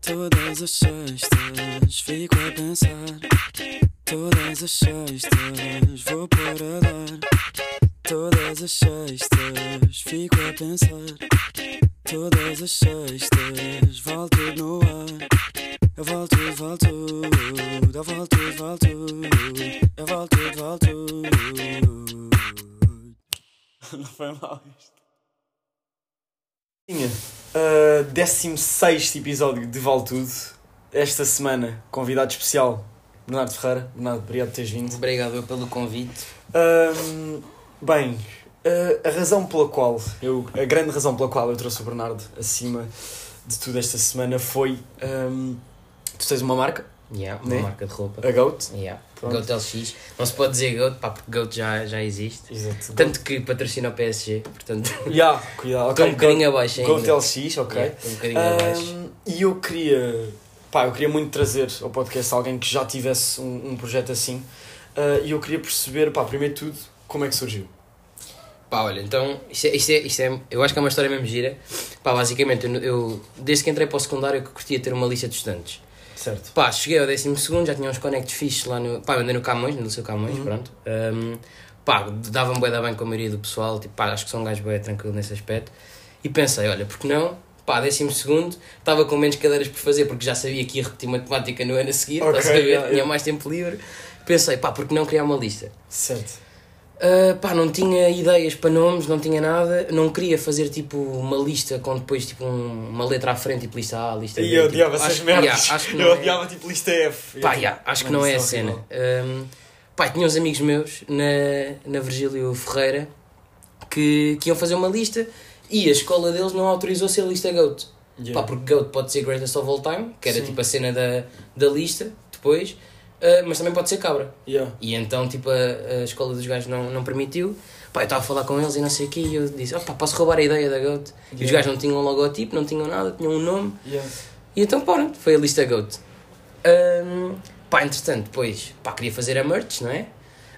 Todas as sextas fico a pensar. Todas as sextas vou para dar. Todas as sextas fico a pensar. Todas as sextas vale tudo no ar. Eu vale tudo, vale tudo. Eu vale tudo, vale tudo. Eu vale tudo, vale tudo. Não foi mal isto. Tinha uh, 16 episódio de Vale Tudo. Esta semana, convidado especial, Bernardo Ferreira. Bernardo, obrigado por teres vindo. Obrigado pelo convite. Ahm, bem, ah, a razão pela qual eu, a grande razão pela qual eu trouxe o Bernardo acima de tudo esta semana foi ahm, tu tens uma marca, Yeah, uma Né? marca de roupa. a Goat. Yeah. Pronto. Goat LX. Não se pode dizer Goat, pá, porque Goat já, já existe. Exato. Tanto que patrocina o PSG, portanto. Yeah, cuidado. ok, Estou um bocadinho abaixo ainda. Goat, Goat LX, ok. Ah. Yeah, estou um bocadinho abaixo. Ahm, e eu queria, pá, eu queria muito trazer ao podcast alguém que já tivesse um, um projeto assim. Ah, e eu queria perceber, pá, primeiro de tudo, como é que surgiu. Pá, olha, então, isto é, isto, é, isto é. Eu acho que é uma história mesmo gira. Pá, basicamente, eu, eu- desde que entrei para o secundário, eu que curtia ter uma lista de estudantes. Certo. Pá, cheguei ao 12, já tinha uns conectos fixos lá no. Pá, eu andei no Camões, no Liceu Uhum. Camões, pronto. Um, pá, dava-me bué da bem com a maioria do pessoal, tipo, pá, acho que sou um gajo bué tranquilo nesse aspecto. E pensei, olha, porque não? Pá, 12, estava com menos cadeiras por fazer, porque já sabia que ia repetir matemática no ano a seguir, Ok, estás a ver? yeah, tinha yeah. mais tempo livre. Pensei, pá, porque não criar uma lista? Certo. Uh, pá, não tinha ideias para nomes, não tinha nada, não queria fazer tipo uma lista com depois tipo um- uma letra à frente, tipo lista A, lista B. E eu tipo, odiava essas acho- merdas. yeah, acho que não eu é- odiava tipo lista F. Pá, Eu, já, acho que não mano, é a isso cena. horrível. Hum, pá, tinha uns amigos meus na, na Virgílio Ferreira que, que iam fazer uma lista e a escola deles não autorizou ser lista GOAT. Yeah. Pá, porque GOAT pode ser Greatest of All Time, que era Sim. tipo a cena da, da lista, depois, ah, mas também pode ser Cabra. Yeah. E então, tipo, a, a escola dos gajos não, não permitiu. Pá, eu estava a falar com eles e não sei o quê, e eu disse, opá, posso roubar a ideia da GOAT? E os Yeah. gajos não tinham um logotipo, não tinham nada, tinham um nome. Yeah. E então, pronto, foi a lista GOAT. Ahm, pá, entretanto, depois, pá, queria fazer a merch, não é?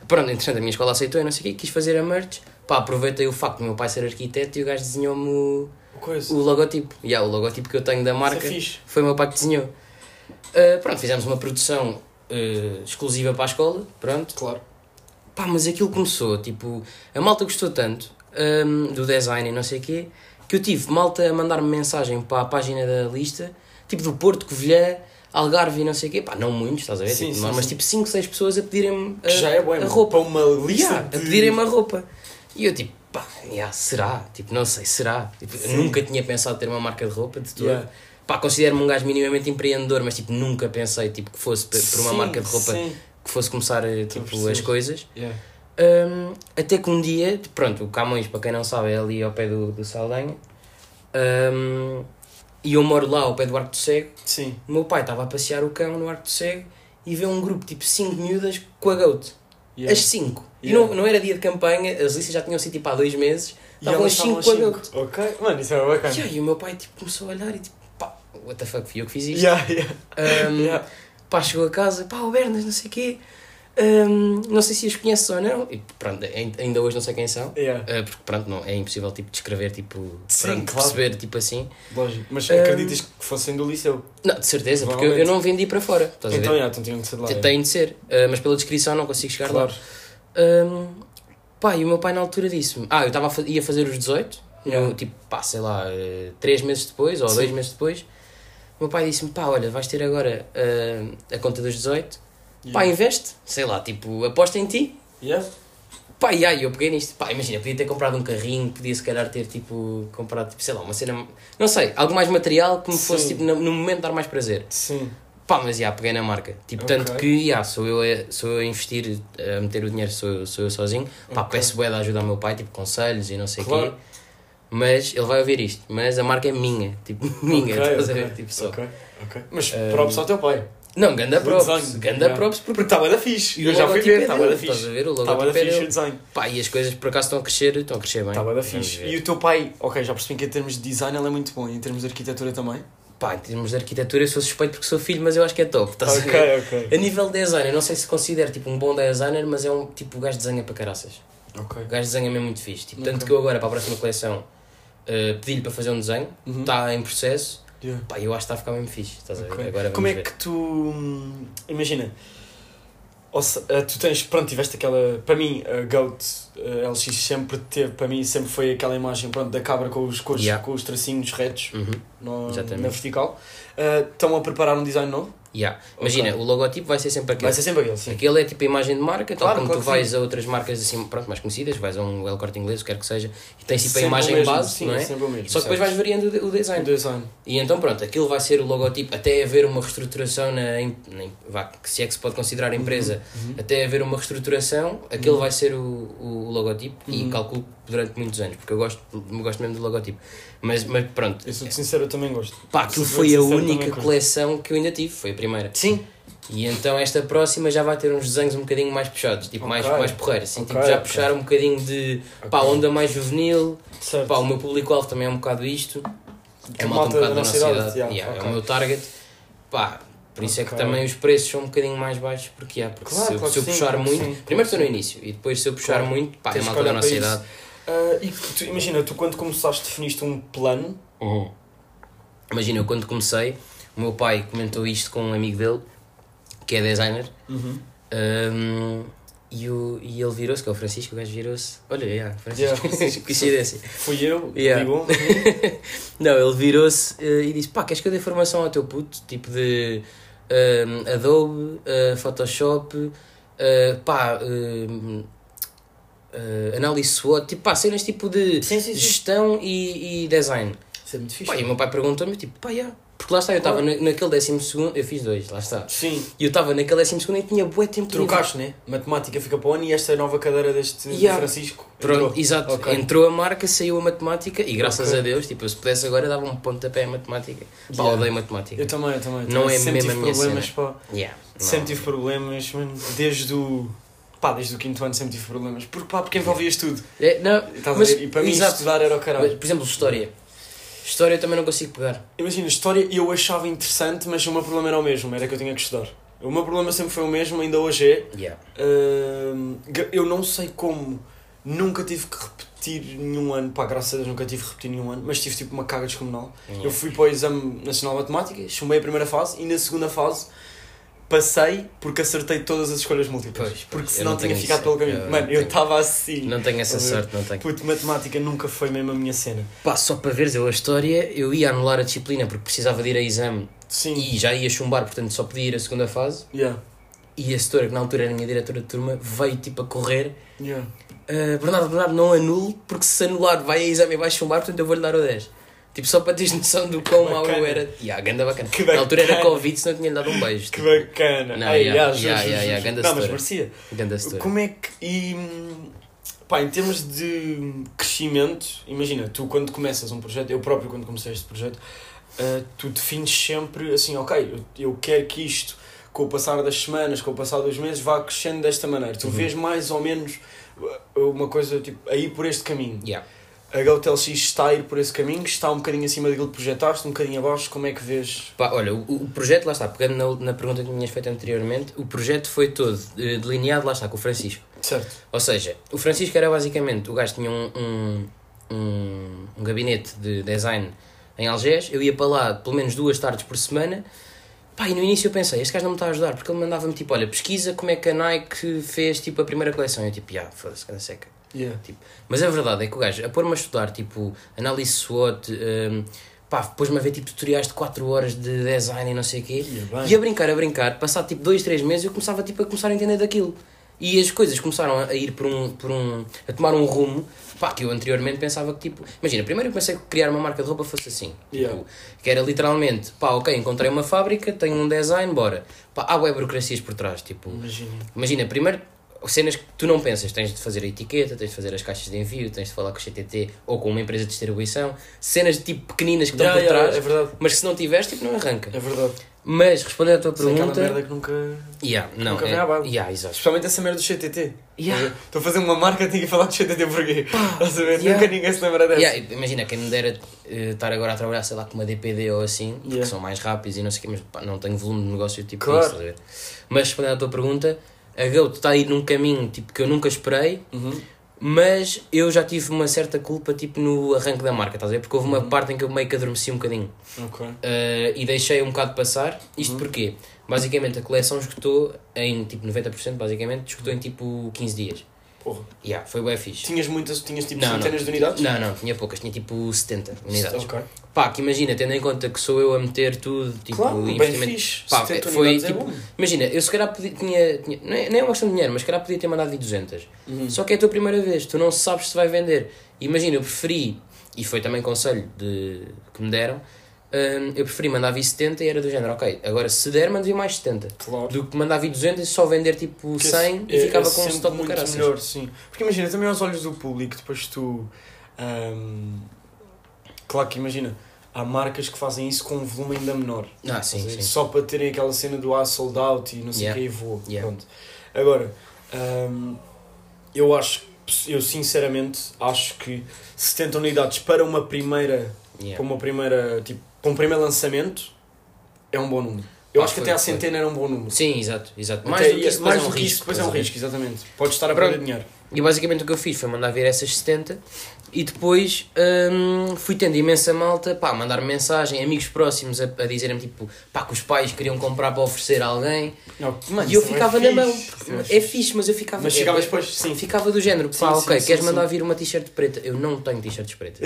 Pronto, entretanto, a minha escola aceitou, eu não sei o quê, quis fazer a merch. Pá, aproveitei o facto do meu pai ser arquiteto e o gajo desenhou-me o, Coisa. o logotipo. E há o logotipo que eu tenho da marca Isso é fixe. foi o meu pai que desenhou. Ah, pronto, fizemos uma produção ah, exclusiva para a escola, pronto. Claro. Pá, mas aquilo começou, tipo, a malta gostou tanto hum, do design e não sei o quê, que eu tive malta a mandar-me mensagem para a página da lista, tipo do Porto, Covilhã, Algarve e não sei o quê, pá, não muitos, estás a ver? Sim, tipo, sim, mas sim. tipo 5, 6 pessoas a pedirem-me a, Que já é bom. Ah, a roupa. Para uma lista Yeah, de... a pedirem-me a roupa. E eu tipo, pá, yeah, será? Tipo, não sei, será? Tipo, eu Sim. nunca tinha pensado ter uma marca de roupa de tudo. Yeah. Pá, considero-me um gajo minimamente empreendedor, mas tipo, nunca pensei tipo, que fosse por por uma Sim, marca de roupa sim. que fosse começar eh, tipo, as percebes. coisas. Yeah. Hum, até que um dia, pronto, o Camões, para quem não sabe, é ali ao pé do, do Saldanha. Hum, e eu moro lá ao pé do Arco do Cego. Sim. O meu pai estava a passear o cão no Arco do Cego e vê um grupo tipo 5 miúdas com a goat. Yeah. As 5. Yeah. E não, não era dia de campanha, as listas já tinham sido tipo há dois meses. E Estavam elas as 5 com a estavam às goat. cinco. Ok. Mano, isso é bacana. Yeah, e o meu pai tipo, começou a olhar e tipo, pá, what the fuck, fui eu que fiz isto. Yeah, yeah. Hum, Yeah. Pá, chegou a casa, pá, o Bernas, não sei o quê. hum, não sei se os conheces ou não. E pronto, ain- ainda hoje não sei quem são. Yeah. Uh, porque pronto, não, é impossível tipo, descrever, tipo, Sim, pronto, claro. perceber tipo assim. Lógico. Mas Ahm, acreditas que fossem do liceu? Não, de certeza, porque eu, eu não vendi para fora. Estás Então, a ver? yeah, então tinham que ser de lá. yeah. Tem de ser, uh, mas pela descrição não consigo chegar Claro. lá. Hum, pá, e o meu pai na altura disse-me: Ah, eu estava a fa- ia fazer os 18, Yeah. no, tipo, pá, sei lá, 3 meses depois ou Sim. 2 meses depois. O meu pai disse-me: Pá, olha, vais ter agora ah, a conta dos 18, pá, Yeah. investe, sei lá, tipo, aposta em ti. Yeah. Pá, e aí eu peguei nisto, pá, imagina, podia ter comprado um carrinho, podia se calhar ter tipo, comprado, tipo, sei lá, uma cena, não sei, algo mais material que me fosse Sim. tipo, no, no momento dar mais prazer. Sim. Pá, mas já, peguei na marca. Tipo, Ok. tanto que, já, sou eu a, sou eu a investir, a meter o dinheiro, sou, eu- sou eu sozinho. Pá, Ok. peço bué da ajuda ao meu pai, tipo, conselhos e não sei o Claro. quê. Mas ele vai ouvir isto. Mas a marca é minha, tipo, minha, Ok, estás a ok, ver? Tipo, só. ok, ok. Mas props ao teu pai. Não, ganda O props, design, ganda yeah. props, porque Porque estava da fixe. E Eu o já fui logotipo ver, é estava da dele, fixe. estás a ver? O Estava da logotipo é fixe dele. o design. Pá, e as coisas por acaso estão a crescer, estão a crescer bem. Estava Tá da Vamos fixe. ver. E o teu pai, ok, já percebi que em termos de design ele é muito bom e em termos de arquitetura também. Pá, em termos de arquitetura eu sou suspeito porque sou filho, mas eu acho que é top, estás a ver? Ok, ok. A nível de designer, não sei se considero tipo um bom designer, mas é um tipo o gajo desenha para caraças. Ok. O gajo desenha mesmo muito fixe. Tipo, Ok. Tanto que eu agora para a próxima coleção eh, pedi-lhe para fazer um desenho, Uhum. está em processo. Yeah. Pá, eu acho que está a ficar mesmo fixe, estás a ver? Ok. Agora vamos Como é ver. que tu. hum, Imagina. ou se- eh, tu tens, pronto, tiveste aquela. Para mim, a GOAT eh, LX sempre teve, para mim, sempre foi aquela imagem pronto, da cabra com os, com os, Yeah. com os tracinhos retos Uhum. no, Exatamente. na vertical. Eh, estão a preparar um design novo? Yeah. Imagina, o logotipo vai ser sempre aquele. Vai ser sempre aquele, sim. Aquele é tipo a imagem de marca, tal Claro, como claro tu que vais a outras marcas assim, pronto, mais conhecidas, vais a um El Corte Inglês, o que quer que seja, e tens tipo a Sempre o imagem mesmo, base, sim, não é? sempre o mesmo. Só que depois vais sabes? variando o de- o design. O design. E então pronto, aquilo vai ser o logotipo, até haver uma reestruturação na, em- na em- vá, que se é que se pode considerar Uhum, empresa, até haver uma reestruturação, aquele vai ser o, o logotipo Uhum. e calculo que durante muitos anos, porque eu gosto, eu gosto mesmo do logotipo. Mas, mas pronto, Eu sou sincero, eu também gosto. pá, aquilo Sou-te foi a sincero, também única gosto. coleção que eu ainda tive, foi a primeira. Sim, E então esta próxima já vai ter uns desenhos um bocadinho mais puxados, tipo mais, Ok. mais porreiro, assim, tipo Ok, já ok. puxar um bocadinho de pá, onda mais juvenil, certo. pá, o meu público-alvo também é um bocado isto, é A malta um Tipo, malta bocado da da nossa idade, yeah, yeah, ok. é o meu target, pá, por isso é que Ok. também os preços são um bocadinho mais baixos, porque, yeah, porque Claro, se, eu- claro se eu que sim, puxar claro que muito, sim, claro primeiro que estou no início, e depois se eu puxar Claro. muito, pá, é Tens que malta da olhar nossa para isso. idade, Ah, e que tu, imagina, tu quando começaste definiste um plano. imagina, eu quando comecei, o meu pai comentou isto com um amigo dele, que é designer, Um, e, o, e ele virou-se, que é o Francisco, o gajo virou-se. Olha, yeah, Francisco, Yeah, Francisco. coincidência. Fui eu, Yeah. ligou. Não, ele virou-se eh, e disse: pá, queres que eu dê formação ao teu puto? Tipo de um, Adobe, eh, Photoshop, eh, pá, um, eh, análise SWOT, tipo, pá, cenas tipo de Sim, sim, sim. gestão e, e design. Isso é muito fixe. Pá, e o meu pai perguntou-me: tipo, pá, yeah. porque lá está, eu estava na- naquele décimo segundo, eu fiz dois, lá está. Sim, E eu estava naquele décimo segundo e tinha bué tempo livre. trocaste, né? Matemática fica para o ano e esta nova cadeira deste Yeah. Francisco. Pronto, entrou. exato. Ok. Entrou a marca, saiu a matemática e graças Ok. a Deus, tipo, se pudesse agora dava um pontapé à matemática. Pá, Yeah. odeio matemática. Eu também, eu também. Não também. é sempre mesmo tive a minha problemas, pá. Yeah, não. Sempre tive problemas, mano. Desde o. Pá, desde o quinto ano sempre tive problemas. Porque pá, porque envolvias tudo. É, não, Estás a mas, ver? E para mim exato. estudar era o Mas, caralho. por exemplo, história. História eu também não consigo pegar. Imagina, história eu achava interessante, mas o meu problema era o mesmo, era que eu tinha que estudar. O meu problema sempre foi o mesmo, ainda hoje é. Yeah. Hum, gra- eu não sei como, nunca tive que repetir nenhum ano, pá, graças a Deus nunca tive que repetir nenhum ano, mas tive tipo uma carga descomunal. Eu fui para o Exame Nacional de Matemática, chumbei a primeira fase e na segunda fase passei porque acertei todas as escolhas múltiplas. Pois, pois, porque eu senão não tinha tenho ficado isso. pelo caminho. Eu Mano, não eu tenho. estava assim. Não tenho essa Olha, sorte, não tenho. Puto, matemática nunca foi mesmo a minha cena. Pá, só para veres eu a história, eu ia anular a disciplina porque precisava de ir a exame Sim. e já ia chumbar, portanto só podia ir a segunda fase. Yeah. E a setora, que na altura era a minha diretora de turma, veio tipo a correr Yeah. Uh, Bernardo, Bernardo, não anulo, porque se anular vai a exame e vai chumbar, portanto eu vou-lhe dar o 10. Tipo, só para teres noção do quão mau eu Bacana. era. E a ganda bacana. Que Na altura era bacana. Covid, senão tinha-lhe dado um beijo. Que tipo. bacana. Não, Ai, yeah, ah, juro, yeah, juro, yeah, juro, yeah, juro. ganda Não, mas história. merecia. Ganda setora. Como é que. E. hum, Pá, em termos de crescimento, imagina, tu quando começas um projeto, eu próprio quando comecei este projeto, ah, tu defines sempre assim, ok, eu, eu quero que isto, com o passar das semanas, com o passar dos meses, vá crescendo desta maneira. Uhum. Tu vês mais ou menos uh, uma coisa tipo, aí por este caminho. Yeah. A GoTLX está a ir por esse caminho, está um bocadinho acima daquilo que projetaste, um bocadinho abaixo, como é que vês? Pá, olha, o, o projeto, lá está, pegando na, na pergunta que tinhas feito anteriormente, o projeto foi todo eh, delineado, lá está, com o Francisco. Certo. Ou seja, o Francisco era basicamente, o gajo tinha um, um, um, um gabinete de design em Algés, eu ia para lá pelo menos duas tardes por semana, pá, e no início eu pensei, este gajo não me está a ajudar, porque ele mandava-me tipo, olha, pesquisa como é que a Nike fez tipo a primeira coleção, eu tipo, ah, foda-se, cara seca. Yeah. Tipo, mas a verdade é que o gajo, a pôr-me a estudar, tipo, análise SWOT, hum, pá, pôs-me a ver, tipo, tutoriais de 4 horas de design e não sei o Ia quê, bem. e a brincar, a brincar, passado, tipo, 2, 3 meses, eu começava, tipo, a começar a entender daquilo. E as coisas começaram a ir por um, por um, a tomar um rumo, pá, que eu anteriormente pensava que, tipo, imagina, primeiro eu pensei que criar uma marca de roupa fosse assim, Yeah. tipo, que era literalmente, pá, ok, encontrei uma fábrica, tenho um design, bora. Pá, há bué burocracias por trás, tipo, Imagina. Imagina, primeiro, cenas que tu não pensas, tens de fazer a etiqueta, tens de fazer as caixas de envio, tens de falar com o CTT ou com uma empresa de distribuição, cenas de tipo pequeninas que estão Yeah, por yeah, trás, é verdade. mas que se não tiveres, tipo, não arranca. É verdade. Mas, respondendo à tua Sem aquela pergunta, merda que nunca. yeah, não, nunca é, vem à baila. yeah, exato. Especialmente essa merda do CTT. Yeah. Estou a fazer uma marca, tenho que falar do CTT porquê. Estás a ver? yeah. Nunca ninguém se lembra dessa. Yeah, imagina, quem me dera eh, estar agora a trabalhar, sei lá, com uma DPD ou assim, porque Yeah. são mais rápidos e não sei o quê, mas pá, não tenho volume de negócio tipo Claro. isso, estás a ver? tá Uhum. Mas respondendo à tua pergunta, a Goat está aí num caminho tipo, que eu nunca esperei. Mas eu já tive uma certa culpa, tipo, no arranque da marca, estás a ver? Porque houve uma Uhum. parte em que eu meio que adormeci um bocadinho. Ok. Uh, e deixei um bocado passar. Isto Uhum. porque, basicamente, a coleção esgotou em tipo 90%, basicamente, esgotou em tipo 15 dias. Porra. Yeah, foi bem fixe. Tinhas muitas, tinhas tipo Não, não. centenas de unidades? Não, não, tinha poucas, tinha tipo 70 unidades. Ok. Pá, que imagina, tendo em conta que sou eu a meter tudo, tipo, Claro, bem investimento. fixe. Pá, 70 foi, unidades tipo, é bom. Imagina, eu se calhar podia, tinha, tinha- não, é, não é uma questão de dinheiro, mas se calhar podia ter mandado de 200. Uhum. Só que é a tua primeira vez, tu não sabes se vai vender. Imagina, eu preferi, e foi também conselho de, que me deram, hum, eu preferi mandar vir 70 e era do género, ok, agora se der, mando vir mais 70. Claro. é, Do que mandar vir 200 e só vender tipo 100 e ficava com um sempre stop do muito caraças. melhor, sim. Porque imagina, também aos olhos do público, depois tu. ahm, claro que imagina, há marcas que fazem isso com um volume ainda menor. Ah, sim, Estás a ver? sim. Só para terem aquela cena do ah, sold out e não sei o Yeah. que e vou. Yeah. Pronto. Agora, hum, eu acho, eu sinceramente acho que 70 unidades para uma primeira, para Yeah. uma primeira, tipo, para um primeiro lançamento é um bom número. Eu Ah, acho que foi, até à foi. centena era um bom número. Sim, exato, exato. Até Mais do aí- que isso, mais depois é um do que isso, risco. depois é um estás a ver? risco, exatamente. Podes estar a Pronto. perder dinheiro. E basicamente o que eu fiz foi mandar vir essas 70 e depois hum, fui tendo imensa malta, pá, mandar mensagem, amigos próximos a, a dizerem-me tipo, pá, que os pais queriam comprar para oferecer a alguém Não, e eu isso também ficava é na mão. fixe. porque É fixe, mas eu ficava. Mas é, chegavas é, depois, sim. Ficava do género, Sim, pá, sim, ok, sim, queres sim. mandar vir uma t-shirt preta? Eu não tenho t-shirts pretas.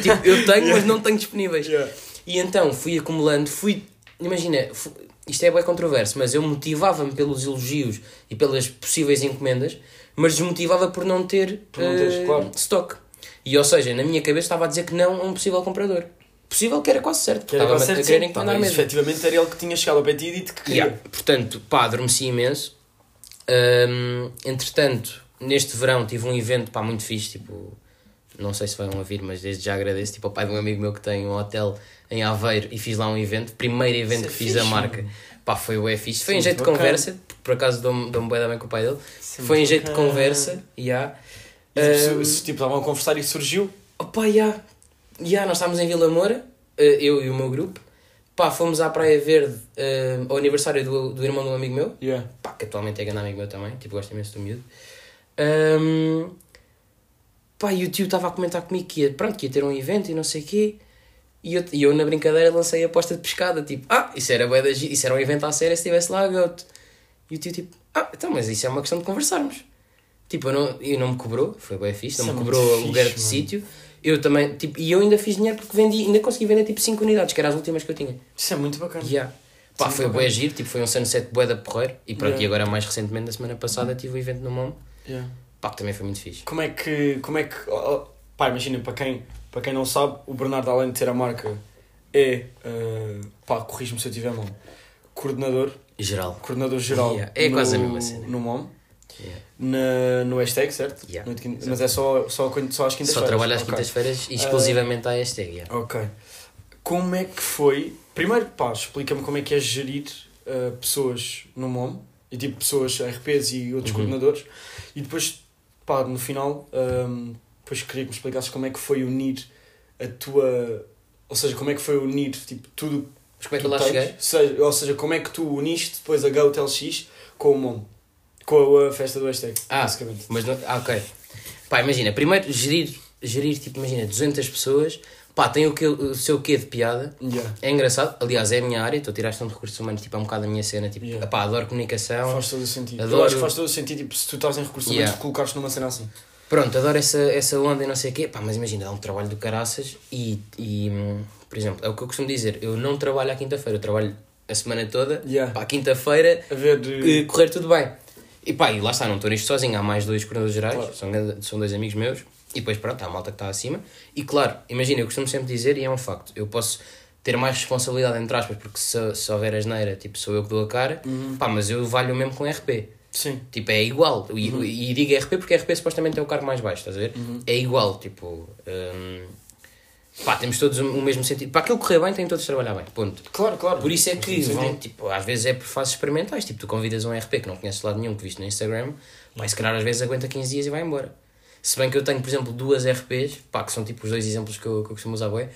tipo, eu tenho, mas não tenho disponíveis. Yeah. E então fui acumulando, fui. Imagina, fu- isto é bem controverso, mas eu motivava-me pelos elogios e pelas possíveis encomendas, mas desmotivava por não ter, Por não teres, eh, claro. stock. E ou seja, na minha cabeça estava a dizer que não a um possível comprador. Possível que era quase certo. Que era estava certo, a querer sim. encomendar Tá bem, mesmo. Efetivamente era ele que tinha chegado ao pé de ti e dito que queria. Yeah. Portanto, pá, adormeci imenso. Hum, entretanto, neste verão tive um evento, pá, muito fixe, tipo... Não sei se vão ouvir, mas desde já agradeço, tipo, ao pai de um amigo meu que tem um hotel em Aveiro e fiz lá um evento. Primeiro evento Isso é que fiz da fixe, marca. Pá, foi o fixe. Foi Sim, em jeito de bacana. conversa, porque por acaso dou-me dou bem bem com o pai dele. Sim, foi em jeito de bacana. conversa, e yeah. E, tipo, se- Hum, se, tipo, estavam a conversar e surgiu. Opa, já. Já, nós estávamos em Vila Moura, eh, eu e o meu grupo. Pá, fomos à Praia Verde eh, ao aniversário do, do irmão de um amigo meu. Yeah. Pá, que atualmente é grande amigo meu também. Tipo, gosto imenso do miúdo. Ahm, pá, e o tio estava a comentar comigo que ia, pronto, que ia ter um evento e não sei o quê. E eu, e eu, na brincadeira, lancei a aposta de pescada. Tipo, ah, isso era, bué da gi- isso era um evento à séria se estivesse lá a Goat. E o tio, tipo, ah, então, mas isso é uma questão de conversarmos. Tipo, eu não, eu não me cobrou, foi bem fixe, Isso não é me muito cobrou fixe, lugar de mano. sítio. Eu também, tipo, e eu ainda fiz dinheiro porque vendi, ainda consegui vender tipo 5 unidades, que eram as últimas que eu tinha. Isso é muito bacana. Yeah. Pá, Sim, foi tá bué bem. giro, tipo, foi um sunset bué da porreiro. E pronto, Yeah. e agora mais recentemente, na semana passada, tive o evento no MOM. Yeah. Pá, que também foi muito fixe. Como é que. Como é que oh, oh, pá, imagina, para quem, para quem não sabe, o Bernardo, além de ter a marca, é. ah, pá, corrijo-me se eu tiver mal. Coordenador, Geral. coordenador geral. Yeah, é quase a mesma cena. No MOM, Yeah. na, no hashtag, certo? Yeah, No de quinta- mas é só, só, quando- só às quintas-feiras. Só trabalho às Ok. quintas-feiras e exclusivamente à hashtag. yeah. Ok. Como é que foi? Primeiro, pá, explica-me como é que é gerir uh, pessoas no MOM e tipo pessoas, RPs e outros Uhum. coordenadores. E depois, pá, no final, um, depois queria que me explicasses como é que foi unir a tua. Ou seja, como é que foi unir tipo, tudo Mas como é que tu eu lá tens. cheguei? Seja- ou seja, como é que tu uniste depois a GoTLX com o MOM? Com a, a festa do hashtag, Ah, basicamente. Mas não, ah, ok. Pá, imagina, primeiro gerir, gerir tipo, imagina, 200 pessoas, pá, tem o, que, o seu quê de piada. Yeah. É engraçado, aliás, é a minha área, estou a tirar a gestão de recursos humanos, tipo, é um bocado a minha cena, tipo, Yeah. pá, adoro comunicação, Faz todo o sentido. Eu Então, Adoro. acho que faz todo o sentido tipo, se tu estás em recursos Yeah. humanos, colocares numa cena assim. pronto, adoro essa, essa onda e não sei o quê, pá, mas imagina, dá um trabalho do caraças e, e, hum, por exemplo, é o que eu costumo dizer, eu não trabalho à quinta-feira, eu trabalho a semana toda, Yeah. pá, à quinta-feira A ver. uh, que correr tudo bem. E pá, e lá está, não estou nisto sozinho, há mais dois coordenadores gerais, Claro. são, grande- são dois amigos meus, e depois pronto, há a malta que está acima. E claro, imagina, eu costumo sempre dizer, e é um facto, eu posso ter mais responsabilidade, entre aspas, porque se, se houver asneira, tipo, sou eu que dou a cara, pá, mas eu valho mesmo com RP. Uhum. Sim. Uhum. Tipo, é igual. E, e digo RP porque RP supostamente é o cargo mais baixo, estás a ver? É igual, tipo... hum, pá, temos todos o, o mesmo sentido. Para aquilo correr bem, tem todos de trabalhar bem, ponto. Claro, claro. Por isso é que Sim, sim. vão, tipo, às vezes é por fases experimentais. Tipo, tu convidas um RP que não conheces de lado nenhum, que viste no Instagram, vai se calhar às vezes aguenta 15 dias e vai embora. Se bem que eu tenho, por exemplo, duas RPs, pá, que são tipo os dois exemplos que eu, que eu costumo usar, bué,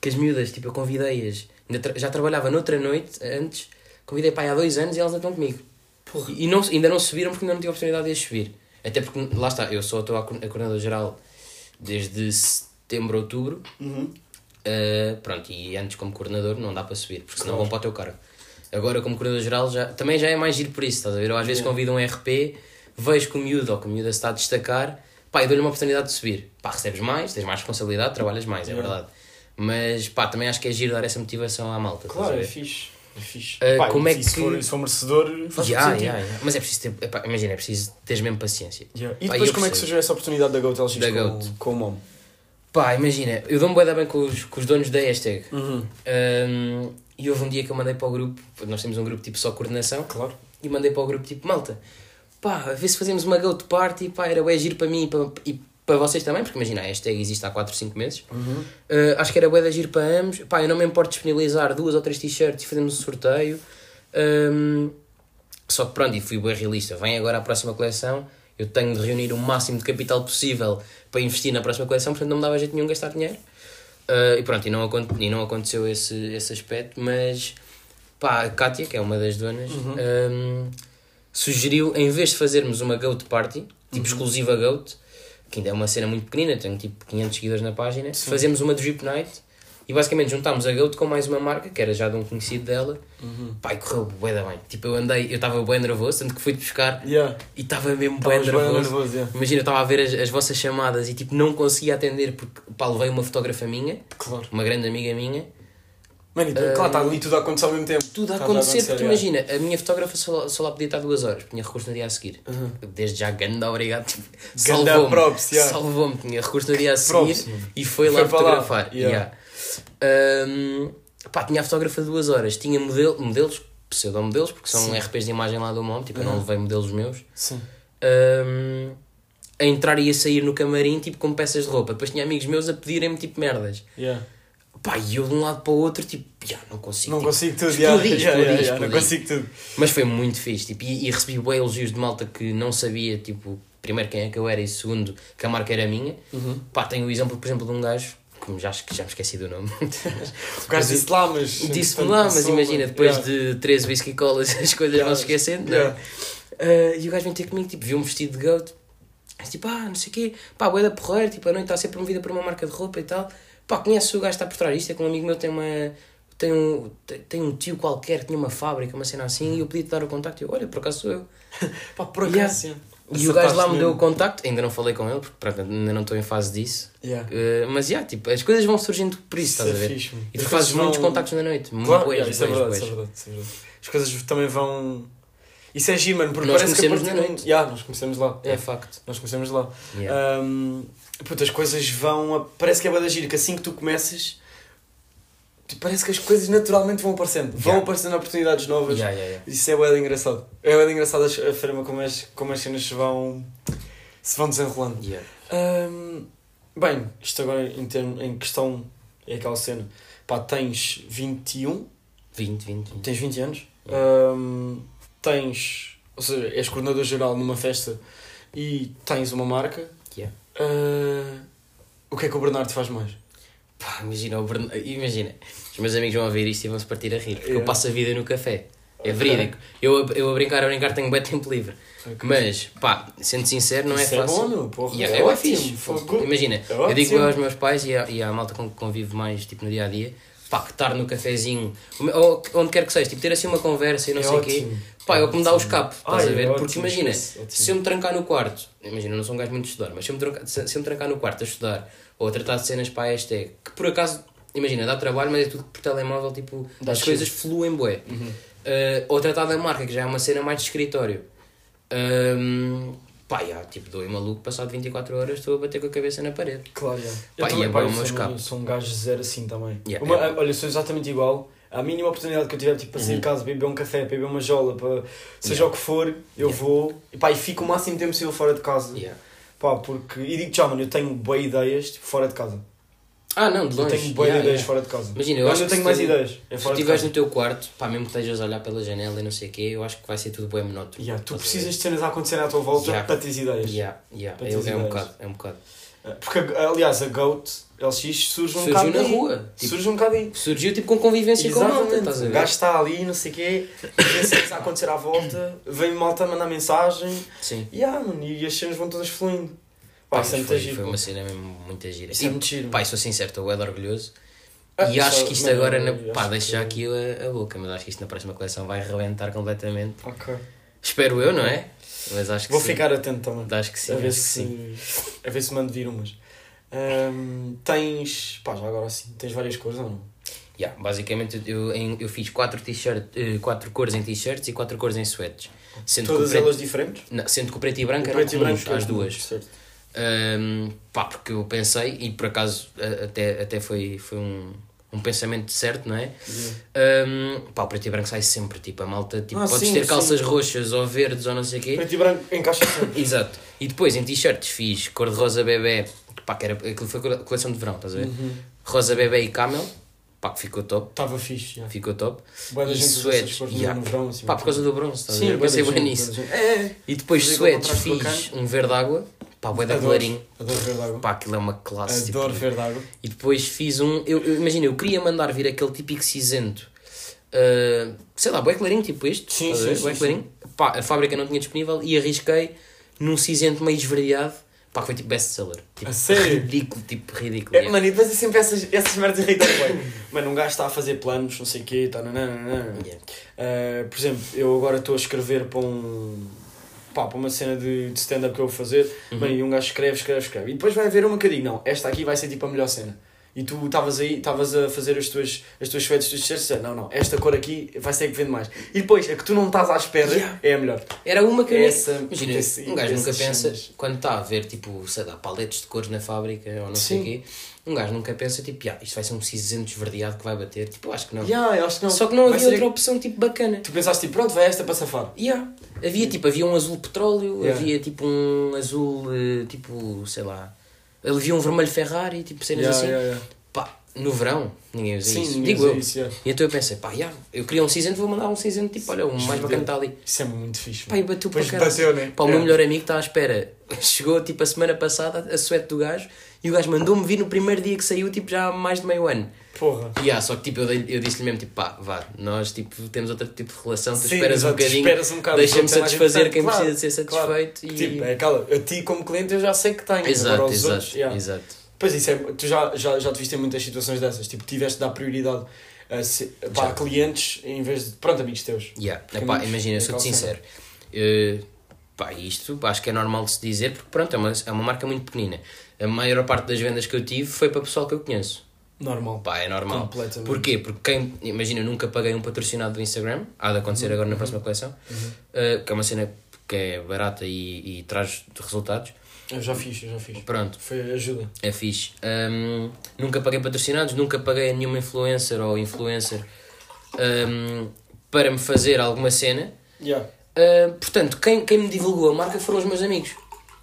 que as miúdas, tipo, eu convidei-as, ainda tra- já trabalhava noutra noite antes, convidei pá, há dois anos e elas ainda estão comigo. E não, ainda não subiram porque ainda não tive a oportunidade de as subir. Até porque, lá está, eu só estou a co- a coordenador geral desde setembro, outubro. Uhum. Uh, pronto, e antes como coordenador não dá para subir, porque senão vão para o teu cargo. Agora como coordenador geral já, também já é mais giro por isso, estás a ver? Eu às vezes convido um RP, vejo que o miúdo ou que o miúdo se está a destacar, pá, e dou-lhe uma oportunidade de subir. Pá, recebes mais, tens mais responsabilidade, trabalhas mais, é verdade. Mas pá, também acho que é giro dar essa motivação à malta, estás Claro, a é ver? fixe. É fixe. Ah, Pá, como e é Se que- for, se for merecedor, faz Ya, sentido. ya, ya. Mas é preciso ter, epá, imagina, é preciso teres mesmo paciência. Yeah. E Pá, depois eu como é que percebo. surgiu essa oportunidade da Goat LX Da com, Goat. O, com o Mom? Pá, imagina, eu dou-me bué da bem com os, com os donos da hashtag. Uhum. Um, e houve um dia que eu mandei para o grupo, nós temos um grupo tipo só coordenação, Claro. e mandei para o grupo tipo malta, pá, a ver se fazemos uma go to party, pá, era bué giro para mim e para, e para vocês também, porque imagina, a hashtag existe há 4, 5 meses, Uh, acho que era bué de giro para ambos, pá, eu não me importo disponibilizar duas ou três t-shirts e fazemos um sorteio, Um, só que pronto, e fui bué realista, vem agora a próxima coleção, eu tenho de reunir o máximo de capital possível para investir na próxima coleção, portanto não me dava jeito nenhum gastar dinheiro. Uh, e pronto, e não, acon- e não aconteceu esse, esse aspecto, mas pá, a Kátia, que é uma das donas, Uhum. um, sugeriu, em vez de fazermos uma Goat Party, Uhum. tipo exclusiva Goat, que ainda é uma cena muito pequenina, tenho tipo 500 seguidores na página, fazemos uma Drip Night e basicamente juntámos a Goat com mais uma marca, que era já de um conhecido dela, Uhum. pá, e correu bué da bem. Tipo, eu andei, eu estava bem nervoso, tanto que fui buscar Yeah. e estava mesmo bem Estavas bué nervoso. nervoso, yeah. Imagina, eu estava a ver as, as vossas chamadas e tipo não conseguia atender porque pá, levei uma fotógrafa minha, Claro. uma grande amiga minha, Mano, e claro, está ali tudo a acontecer ao mesmo tempo. Eh, tudo a Tá acontecer, porque yeah. imagina, a minha fotógrafa só, lá- só lá podia estar duas horas, tinha recurso no dia a seguir. Desde já, ganda obrigado. tipo, Uhum. Ganda Salvou-me, props, yeah. salvou-me, tinha recurso no dia a seguir props, mano. e foi Foi lá para lá, fotografar. yeah. yeah. Um, pá, tinha a fotógrafa de duas horas, tinha modelo, modelos, pseudomodelos, porque são RPs de imagem lá do MOM, tipo, Uhum. eu não levei modelos meus. Sim. Um, a entrar e a sair no camarim, tipo, com peças de roupa. Depois tinha amigos meus a pedirem-me, tipo, merdas. Yeah. Pá, e eu de um lado para o outro, tipo, yeah, não consigo. Não tipo, consigo tudo, explodi, yeah. explodi, Yeah, yeah, yeah, não explodi. consigo tudo. Mas foi muito fixe, tipo, e, e recebi bué elogios de malta que não sabia, tipo, primeiro quem é que eu era e segundo que a marca era minha. Uhum. Pá, tenho o exemplo, por exemplo, de um gajo, que já, acho que já me esqueci do nome. O gajo disse lá, mas. Disse-me entretanto, lá, mas passou, imagina, mano. depois Yeah. de 13 whisky colas as coisas vão se esquecendo, não é? Yeah. Ah, e o gajo vem ter comigo, tipo, viu-me vestido de goat, Mas, tipo, ah, não sei o quê, pá, bué da porreira, tipo, a noite está a ser promovida por uma marca de roupa e tal, pá, conhece o gajo que está por trás disto, é que um amigo meu tem uma... Tem um, tem- tem um tio qualquer que tinha uma fábrica, uma cena assim, e eu pedi-te dar o contacto. E eu, olha, por acaso sou eu. Pá, por Yeah. acaso. yeah. E o gajo lá me Acertaste deu o mesmo. contacto, ainda não falei com ele, porque pronto, ainda não estou em fase disso. Yeah. Eh, mas, yeah, tipo, as coisas vão surgindo por Isso isso, estás a é ver? fixe, mano. e tu As fazes coisas muitos vão- contactos na noite. Claro, Claro, yeah, boés, isso é boés, verdade, boés. isso é verdade, isso é verdade. As coisas também vão. Isso é giro, mano, porque Nós parece que conhecemos na partir- noite. Yeah, nós começamos lá. É facto. Nós começamos lá. Yeah. Hum, puta, as coisas vão. a- Parece que é bada giro, que assim que tu começas, tu- parece que as coisas naturalmente vão aparecendo. Vão Yeah. aparecendo oportunidades novas. Yeah, yeah, yeah. Isso é bada engraçado. É bada engraçado as- a forma como as, como as cenas se vão, se vão desenrolando. Yeah. Hum, bem, isto agora em, termo, em questão é aquela cena. Pá, tens 21, 20, 20, 20. tens 20 anos, hum, tens, ou seja, és coordenador geral numa festa e tens uma marca. Yeah. Ah, o que é que o Bernardo faz mais? Pá, imagina, o Bern- imagina, os meus amigos vão ouvir isto e vão-se partir a rir, porque eu Yeah. passo a vida no café. Ok. É verídico. Eu, a- eu a brincar, a brincar, tenho bem tempo livre. Mas, pá, sendo sincero, não é Isso fácil. bom, meu, porra. Yeah, eu é fixe. fogo. Imagina, eu É ótimo. digo aos meus pais e à, e à malta com que convivo mais tipo, no dia a dia, pá, que estar no cafezinho, ou onde quer que seja, tipo, ter assim uma conversa e não É sei o quê, ótimo. pá, é o que me dá o Ótimo. escape, estás Ai, a ver? é Porque ótimo, imagina, esquece, ótimo. se eu me trancar no quarto, imagina, eu não sou um gajo muito de estudar, mas se eu me trancar, se, se eu me trancar no quarto a estudar ou a tratar de cenas para a hashtag, que por acaso, imagina, dá trabalho, mas é tudo por telemóvel, tipo, Dá Uhum. as chill. coisas fluem, bué. Eh, ou tratar da marca, que já é uma cena mais de escritório. Ahm, pá, já, tipo, dou em maluco, passado 24 horas estou a bater com a cabeça na parede. Claro, yeah. Pá, e também, é bom, eu o meu sou, escape. eu sou um gajo zero assim também. Yeah, Uma- é. a- Olha, sou exatamente igual. A mínima oportunidade que eu tiver tipo, para sair Uhum. de casa, para beber um café, para beber uma jola, para seja o que for, eu vou e, pá, e fico o máximo tempo possível fora de casa. Yeah. Pá, porque, e digo já, mano, eu tenho boas ideias tipo, fora de casa. Ah, não, de Eu longe. tenho boas Yeah, ideias yeah. fora de casa. Imagina, eu Eu acho eu que tenho se mais tu- ideias. É Se tu fora de estiveres casa. no teu quarto, pá, mesmo que estejas a olhar pela janela e não sei o quê, eu acho que vai ser tudo bem monótono. Yeah, tu Estás a precisas de cenas a acontecer à tua volta Yeah. para teres ver? ideias. Yeah, yeah, Para é, teres é um ideias. bocado, é um bocado. Porque, aliás, a GOAT LX surge um Surgiu bocado na daí. rua. Tipo, Surge um bocado aí. surgiu tipo com convivência com a malta, estás a O ver? gajo está ali, não sei o quê, vê cenas a acontecer à volta, vem malta a mandar mensagem, Sim. e ah, mano, e as cenas vão todas fluindo. Pá, Pá, isso é mas muito foi, giro. foi pô. uma cena mesmo muito gira. Isso é E, muito giro. Pá, e sou sincero, estou bué de orgulhoso. Ah, e acho só- que isto mano, agora, na- eu pá, acho deixo que- já aqui a, a boca, mas acho que isto na próxima coleção vai reventar completamente. Ok. Espero eu, não é? Mas acho que Vou sim. ficar atento também. Acho que sim, a, ver acho que sim. se, a ver se mando vir umas. Ahm, tens. Pá, já agora sim, tens várias cores ou não? Yeah, basicamente eu, em- eu fiz 4 t-shirt, eh, quatro cores em t-shirts e 4 cores em sweats. Sendo, Todas que o preto, elas diferentes? não, sendo que o preto e branco O eram preto e comuns branco, às é duas. certo. Ahm, pá, porque eu pensei, e por acaso a- até, até foi, foi um, um pensamento certo, não é? Yeah. Ahm, pá, o preto e branco sai sempre, tipo, a malta, tipo, Ah, podes sim, ter sim. calças roxas ou verdes ou não sei o quê. Preto e branco encaixa sempre. Exato. E depois em t-shirts fiz cor de rosa bebê, pá, que era, aquilo foi a coleção de verão, estás a ver? Uhum. Rosa bebê e camel, pá, que ficou top, Estava fixe, já. ficou top. Boa da E gente usa suedes, essas cores yeah. no verão, assim. Pá, por causa do bronze, estás a Sim, ver? Eu pensei bué da bem gente, nisso. bué da gente. É, é. E depois Fazer suedes aquele contraste fiz um verde água, pá, bué da Adoro. clarinho. Adoro ver d'água. Pá, aquilo é uma classe. Adoro tipo. ver d'água. E depois fiz um. Eu, eu- imagina, eu queria mandar vir aquele típico cinzento. ah, sei lá, bué clarinho, tipo este. Sim, sim, estás a ver? sim, Bué sim. clarinho. Pá, a fábrica não tinha disponível e arrisquei num cinzento meio esverdeado. Pá, que foi tipo best seller. Tipo, A sério? Ridículo, tipo ridículo. É, yeah. mano, e depois é sempre essas, essas merdas irritam bem. Mano, um gajo está a fazer planos, não sei o quê, tá, está nananana. Yeah. Uh, por exemplo, eu agora estou a escrever para um. Pá, para uma cena de, de stand-up que eu vou fazer, Uhum. mano, e um gajo escreve, escreve, escreve. E depois vai haver um bocadinho, não, esta aqui vai ser tipo a melhor cena. E tu estavas aí, estavas a fazer as tuas, as tuas feitas, as tuas t-shirts, disseste, não, não, esta cor aqui vai ser a que vende mais. E depois, a que tu não estás à espera Yeah. é a melhor. Era uma que eu nem- Essa- Imagina, esse- um gajo nunca essas pensa, cenas. quando está a ver, tipo, sei lá, paletes de cores na fábrica ou não sei o Sim. quê, um gajo nunca pensa, tipo, "Ya, isto vai ser um cinzento esverdeado que vai bater. Tipo, eu acho que não. Yeah, eu acho que não. Só que não Vai havia ser- outra opção, tipo, bacana. Tu pensaste, tipo, pronto, vai esta para safar. Yeah. Havia, tipo, havia um azul petróleo, Yeah. havia, tipo, um azul, eh, tipo, sei lá... Havia um vermelho Ferrari, tipo, cenas Yeah, assim. yeah, yeah. Pá, no verão, ninguém usa Sim, isso. ninguém Digo usa eu. isso, yeah. E então eu pensei, pá, ya, eu queria um cinzento, vou mandar um cinzento, tipo, olha, o mais bacana está ali. Isso é muito fixe. Pá, e bateu Pois para caralho. bateu, né? Pá, o meu É. melhor amigo está à espera. Chegou, tipo, a semana passada, a suete do gajo, e o gajo mandou-me vir no primeiro dia que saiu, tipo, já há mais de meio ano. É, Porra. E ah, só que, tipo, eu, dei- eu disse-lhe mesmo, tipo, pá, vá, nós, tipo, temos outro tipo de relação, tu Sim, esperas, um exato, bocadinho, esperas um bocado, deixa-me quando toda a gente satisfazer está- quem claro, precisa de ser claro. satisfeito e... Tipo, é aquela, a ti como cliente eu já sei que tenho. exato, agora aos exato, outros, yeah. exato. Pois isso é, tu já, já, já te viste em muitas situações dessas, tipo, tiveste de dar prioridade a, se- pá, Já. a clientes em vez de, pronto, amigos teus. Yeah. Porque Epá, amigos, imagina, eu é sou-te calção. sincero. Eh, pá, isto pá, acho que é normal de se dizer, porque pronto, é uma, é uma marca muito pequenina. A maior parte das vendas que eu tive foi para pessoal que eu conheço. Normal. Pá, é normal. Completamente. Porquê? Porque quem, imagina, eu nunca paguei um patrocinado do Instagram, há de Uhum. acontecer agora na próxima coleção, eh, que é uma cena que é barata e, e traz resultados. Eu já fiz, eu já fiz. Pronto, Foi ajuda. é fixe. Ahm, nunca paguei patrocinados, nunca paguei a nenhuma influencer ou influencer ahm, para me fazer alguma cena. Yeah. Uh, portanto, quem, quem me divulgou a marca foram os meus amigos.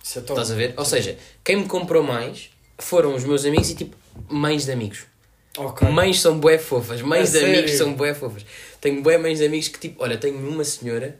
Isso é top. Estás a ver? Ou seja, quem me comprou mais foram os meus amigos e tipo mães de amigos. Ok. Mães são bué fofas, mães de A sério? amigos são bué fofas. Tenho bué mães de amigos que tipo, olha, tenho uma senhora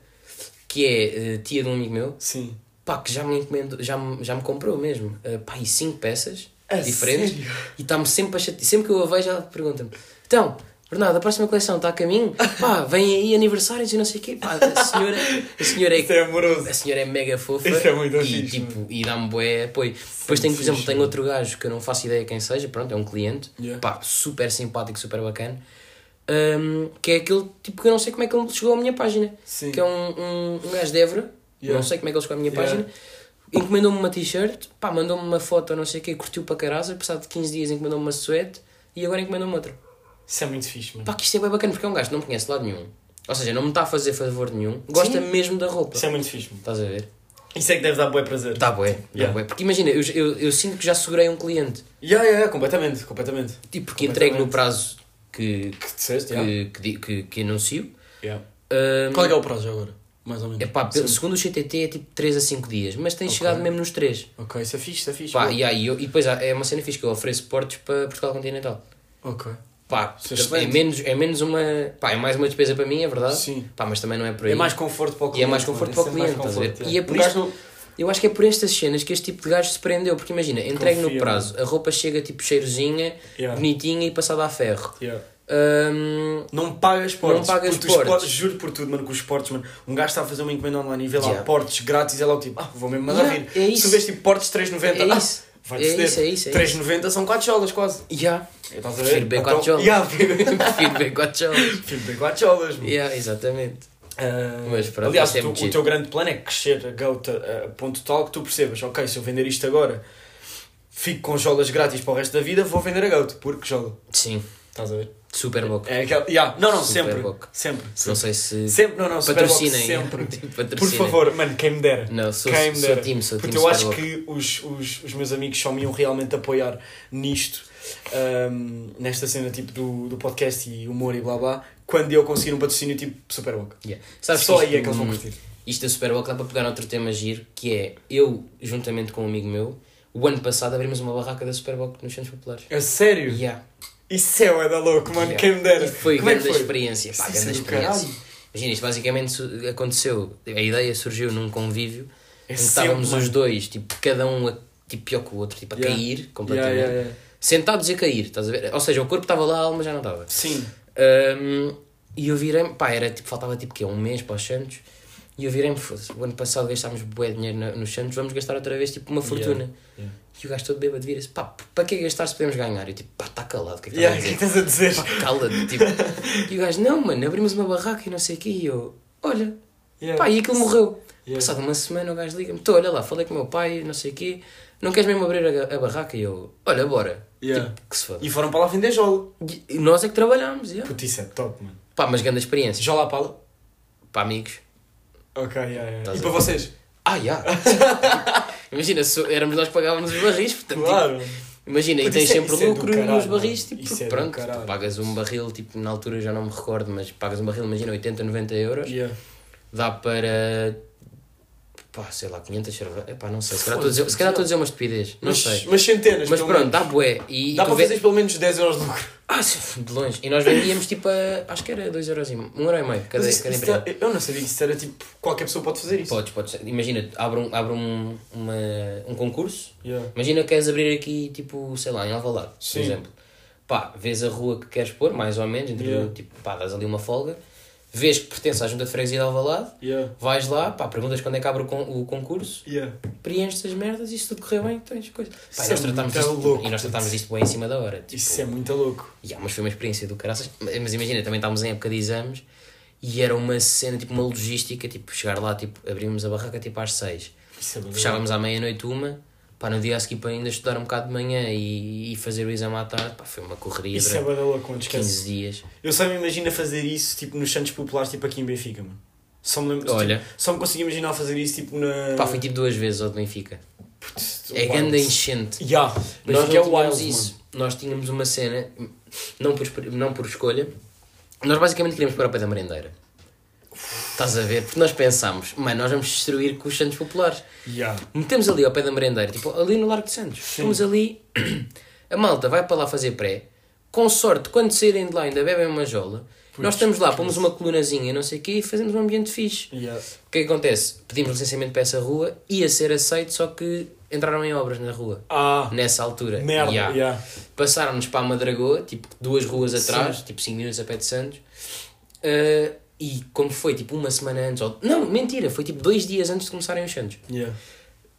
que é eh, tia de um amigo meu, Sim. pá, que já me encomendou, já me, já me comprou mesmo. eh, pá, e cinco peças A diferentes. sério? E está-me sempre a chatear. Sempre que eu a vejo, ela pergunta-me: Então, Bernardo, a próxima coleção está a caminho? Pá, vem aí aniversários e não sei o quê. Pá, a senhora, a senhora Isso é amoroso. a senhora é mega fofa Isso é muito e, fixe, tipo, e dá-me bué apoio. Depois tenho, por fixe, exemplo, tenho mano. outro gajo que eu não faço ideia quem seja, pronto, é um cliente, Yeah. pá, super simpático, super bacana, hum, que é aquele tipo que eu não sei como é que ele chegou à minha página, Sim. que é um, um, um gajo de Évora, Yeah. não sei como é que ele chegou à minha Yeah. página, encomendou-me uma t-shirt, pá, mandou-me uma foto, não sei o quê, curtiu para caralho, passado de 15 dias encomendou-me uma suéte e agora encomendou-me outra. Isso é muito fixe, mano. Pá, que isto é bem bacana, porque é um gajo que não me conhece de lado nenhum. Ou seja, não me está a fazer favor nenhum, gosta Sim. mesmo da roupa. Isso é muito fixe, mano. Estás a ver? Isso é que deve dar bué prazer. Dá bué, dá Yeah. bué. Porque imagina, eu, eu, eu sinto que já segurei um cliente. Yeah, yeah, yeah, completamente, completamente. Tipo, porque entrego no Completamente. prazo que, Que disseste, yeah. que, que, di- que, que anuncio. Yeah. Ahm, Qual é que é o prazo agora? mais ou menos. É pá, Sim. pelo- segundo o CTT é tipo 3 a 5 dias, mas tem Ok. chegado mesmo nos 3. Ok, isso é fixe, isso é fixe. Pá, boa. e, aí, eu- e depois há- é uma cena fixe que eu ofereço portos para Portugal Continental. Ok. Pá, Isso é portanto, é excelente. menos, é menos uma. Pá, é mais uma despesa para mim, é verdade. Sim. Pá, mas também não é por aí. É mais conforto para o cliente. E é mais mano, conforto isso para o é mais cliente, estás a ver? conforto, E é por Um gajo isto- não- Eu acho que é por estas cenas que este tipo de gajo se prendeu, porque imagina, entregue no Confia, prazo, a roupa chega tipo cheirosinha, Yeah. bonitinha e passada a ferro. Yeah. Hum, Não pagas portos. Não pagas porque os portos. portos- Juro por tudo, mano, que os portos, mano. Um gajo está a fazer uma encomenda online e vê lá Yeah. portos grátis, é logo tipo, ah, vou mesmo mandar Yeah, vir. é isso. Se vês tipo portos 3,90, É ah, isso. vai É ceder. isso, é isso, é 3,90 são 4 jolas quase. yeah. Estás a ver? Prefiro bem 4 Então- jolas. Yeah, prefiro Prefiro bem 4 jolas. prefiro bem 4 jolas, mano. Yeah, exatamente. Ah, Mas pronto, aliás, isso é tu- muito o giro. teu grande plano é crescer a gota a ponto tal que tu percebas, ok, se eu vender isto agora, fico com jolas grátis para o resto da vida, vou vender a gota, porque jola. Sim, Estás a ver? super boca. É aquela. yeah, Não, não, Super sempre, boca. sempre. Não Sempre. sei se. Sempre, não, não, Superbox Patrocinem. sempre. Tipo, Por patrocinem. favor, mano, quem me dera. Não, sou, Quem me sou dera. time, sou time Porque eu acho que Superboca. os, os, os meus amigos só me iam realmente apoiar nisto, ahm, nesta cena tipo do, do podcast e humor e blá blá, quando eu conseguir um patrocínio tipo Superboca. Yeah. Sabes Só que isto, aí é que eles vão hum, curtir. Isto da Super Bowl dá para pegar outro tema giro, que é eu, juntamente com um amigo meu, o ano passado abrimos uma barraca da Super Bowl nos Centros Populares. É sério? Yeah. Isso é o da louco, mano, Yeah. quem me dera. E foi Como é que grande foi? experiência, pá, Isso é grande do experiência. caralho. Imagina, isto basicamente su- aconteceu, a ideia surgiu num convívio É em que estávamos sempre, os dois, tipo, cada um a, tipo, pior que o outro, tipo, a Yeah. cair completamente. Yeah, yeah, yeah. Sentados e a cair, estás a ver? Ou seja, o corpo estava lá, a alma já não estava. Sim. Ahm, e eu virei-me, pá, era tipo, faltava tipo que um mês para os Santos. E eu virei-me, foda-se, o ano passado gastámos bué de dinheiro na- nos Santos, vamos gastar outra vez tipo uma fortuna. yeah. E o gajo todo bêbado vira-se, pá, p- para que gastar se podemos ganhar? Eu tipo, pá, está calado, o que é que Yeah, estás o que é que a dizer? estás a dizer? Pá, cala-te, tipo. E o gajo, não, mano, abrimos uma barraca e não sei o quê. E eu, olha, Yeah. pá, e aquilo morreu. Yeah. Passado uma semana o gajo liga-me, estou, olha lá, falei com o meu pai, não sei o quê, não queres mesmo abrir a, ga- a barraca? E eu, olha, bora. Yeah. Tipo, que se foda. E foram para lá vender jola. E, e nós é que trabalhámos, yeah. Puta, isso é top, mano. Pá, mas grande experiência. Jola à pala. Para amigos. Ok, yeah, yeah. Estás E a para ver? vocês? Ah, já. imagina, se éramos nós que pagávamos os barris, portanto, Claro. tipo, imagina, e Puto, tens isso é- sempre isso é do lucro caralho, nos barris, mano. tipo, Isso é do pronto, tu caralho. pagas um barril, tipo, na altura já não me recordo, mas pagas um barril, imagina, 80, 90 euros, Yeah. dá para, pá, sei lá, 500 euros, epá, não sei, se calhar estou a Foda-se, dizer- se calhar estou a dizer uma estupidez, não Mas, sei, mas centenas, mas pelo pronto, menos. dá bué, e, e Dá tu para vê- fazer pelo menos 10 euros de lucro. ah, sim, de longe, e nós vendíamos, tipo, a, acho que era 2 euros e meio, 1 euro e meio, cada, Mas isso- cada isso empresa. tá- eu não sabia que isso era tipo. Qualquer pessoa pode fazer isso. Podes, podes, imagina, abre um, abre um, uma, um concurso, Yeah. Imagina que queres abrir aqui, tipo, sei lá, em Alvalade, Sim. por exemplo. Pá, vês a rua que queres pôr, mais ou menos, entre, Yeah. tipo, pá, dás ali uma folga, vês que pertence à junta de freguesia de Alvalade, Yeah. vais lá, pá, perguntas quando é que abre o, con- o concurso, Yeah. preenches as merdas e se tudo correr bem, tens coisa. Pá, e Isso nós é tratámos muito isto, louco, e putz. nós tratámos isto bem em cima da hora. Tipo, Isso é muito louco. Ya, mas foi uma experiência do caraças. Mas imagina, também estávamos em época de exames e era uma cena, tipo, uma logística, tipo, chegar lá, tipo, abrimos a barraca, tipo, às seis. Isso é muito Fechávamos à meia-noite uma, pá, no dia a seguir para ainda estudar um bocado de manhã e, e fazer o exame à tarde, pá, foi uma correria Isso é durante bué da louco, mano. Esquece. 15 dias. Eu só me imagino a fazer isso tipo nos Santos Populares, tipo aqui em Benfica, mano. Só me, lembro, Olha. tipo, só me consigo imaginar a fazer isso tipo na. Pá, fui tipo duas vezes ao de Benfica. Putz, É wild. grande enchente. Yeah. Mas Nós nós que é não tínhamos wild, isso. mano. Nós tínhamos uma cena, não por, espe- não por escolha, nós basicamente queríamos pôr ao pé da merendeira. Estás a ver? Porque nós pensámos, mano, nós vamos destruir com os Santos Populares. Yeah. Metemos ali ao pé da merendeira, tipo ali no Largo de Santos. Estamos ali, a malta vai para lá fazer pré. Com sorte, quando saírem de lá ainda bebem uma jola. Nós estamos lá, pomos uma colunazinha e não sei o quê e fazemos um ambiente fixe. Yeah. O que é que acontece? Pedimos licenciamento para essa rua, ia ser aceito, só que entraram em obras na rua. Ah, Nessa altura. merda. Ya. Yeah. Passaram-nos para a Madragoa, tipo duas ruas atrás, tipo 5 minutos a pé de Santos. Ah, e como foi tipo uma semana antes, ou... não, mentira, foi tipo dois dias antes de começarem os Santos Yeah.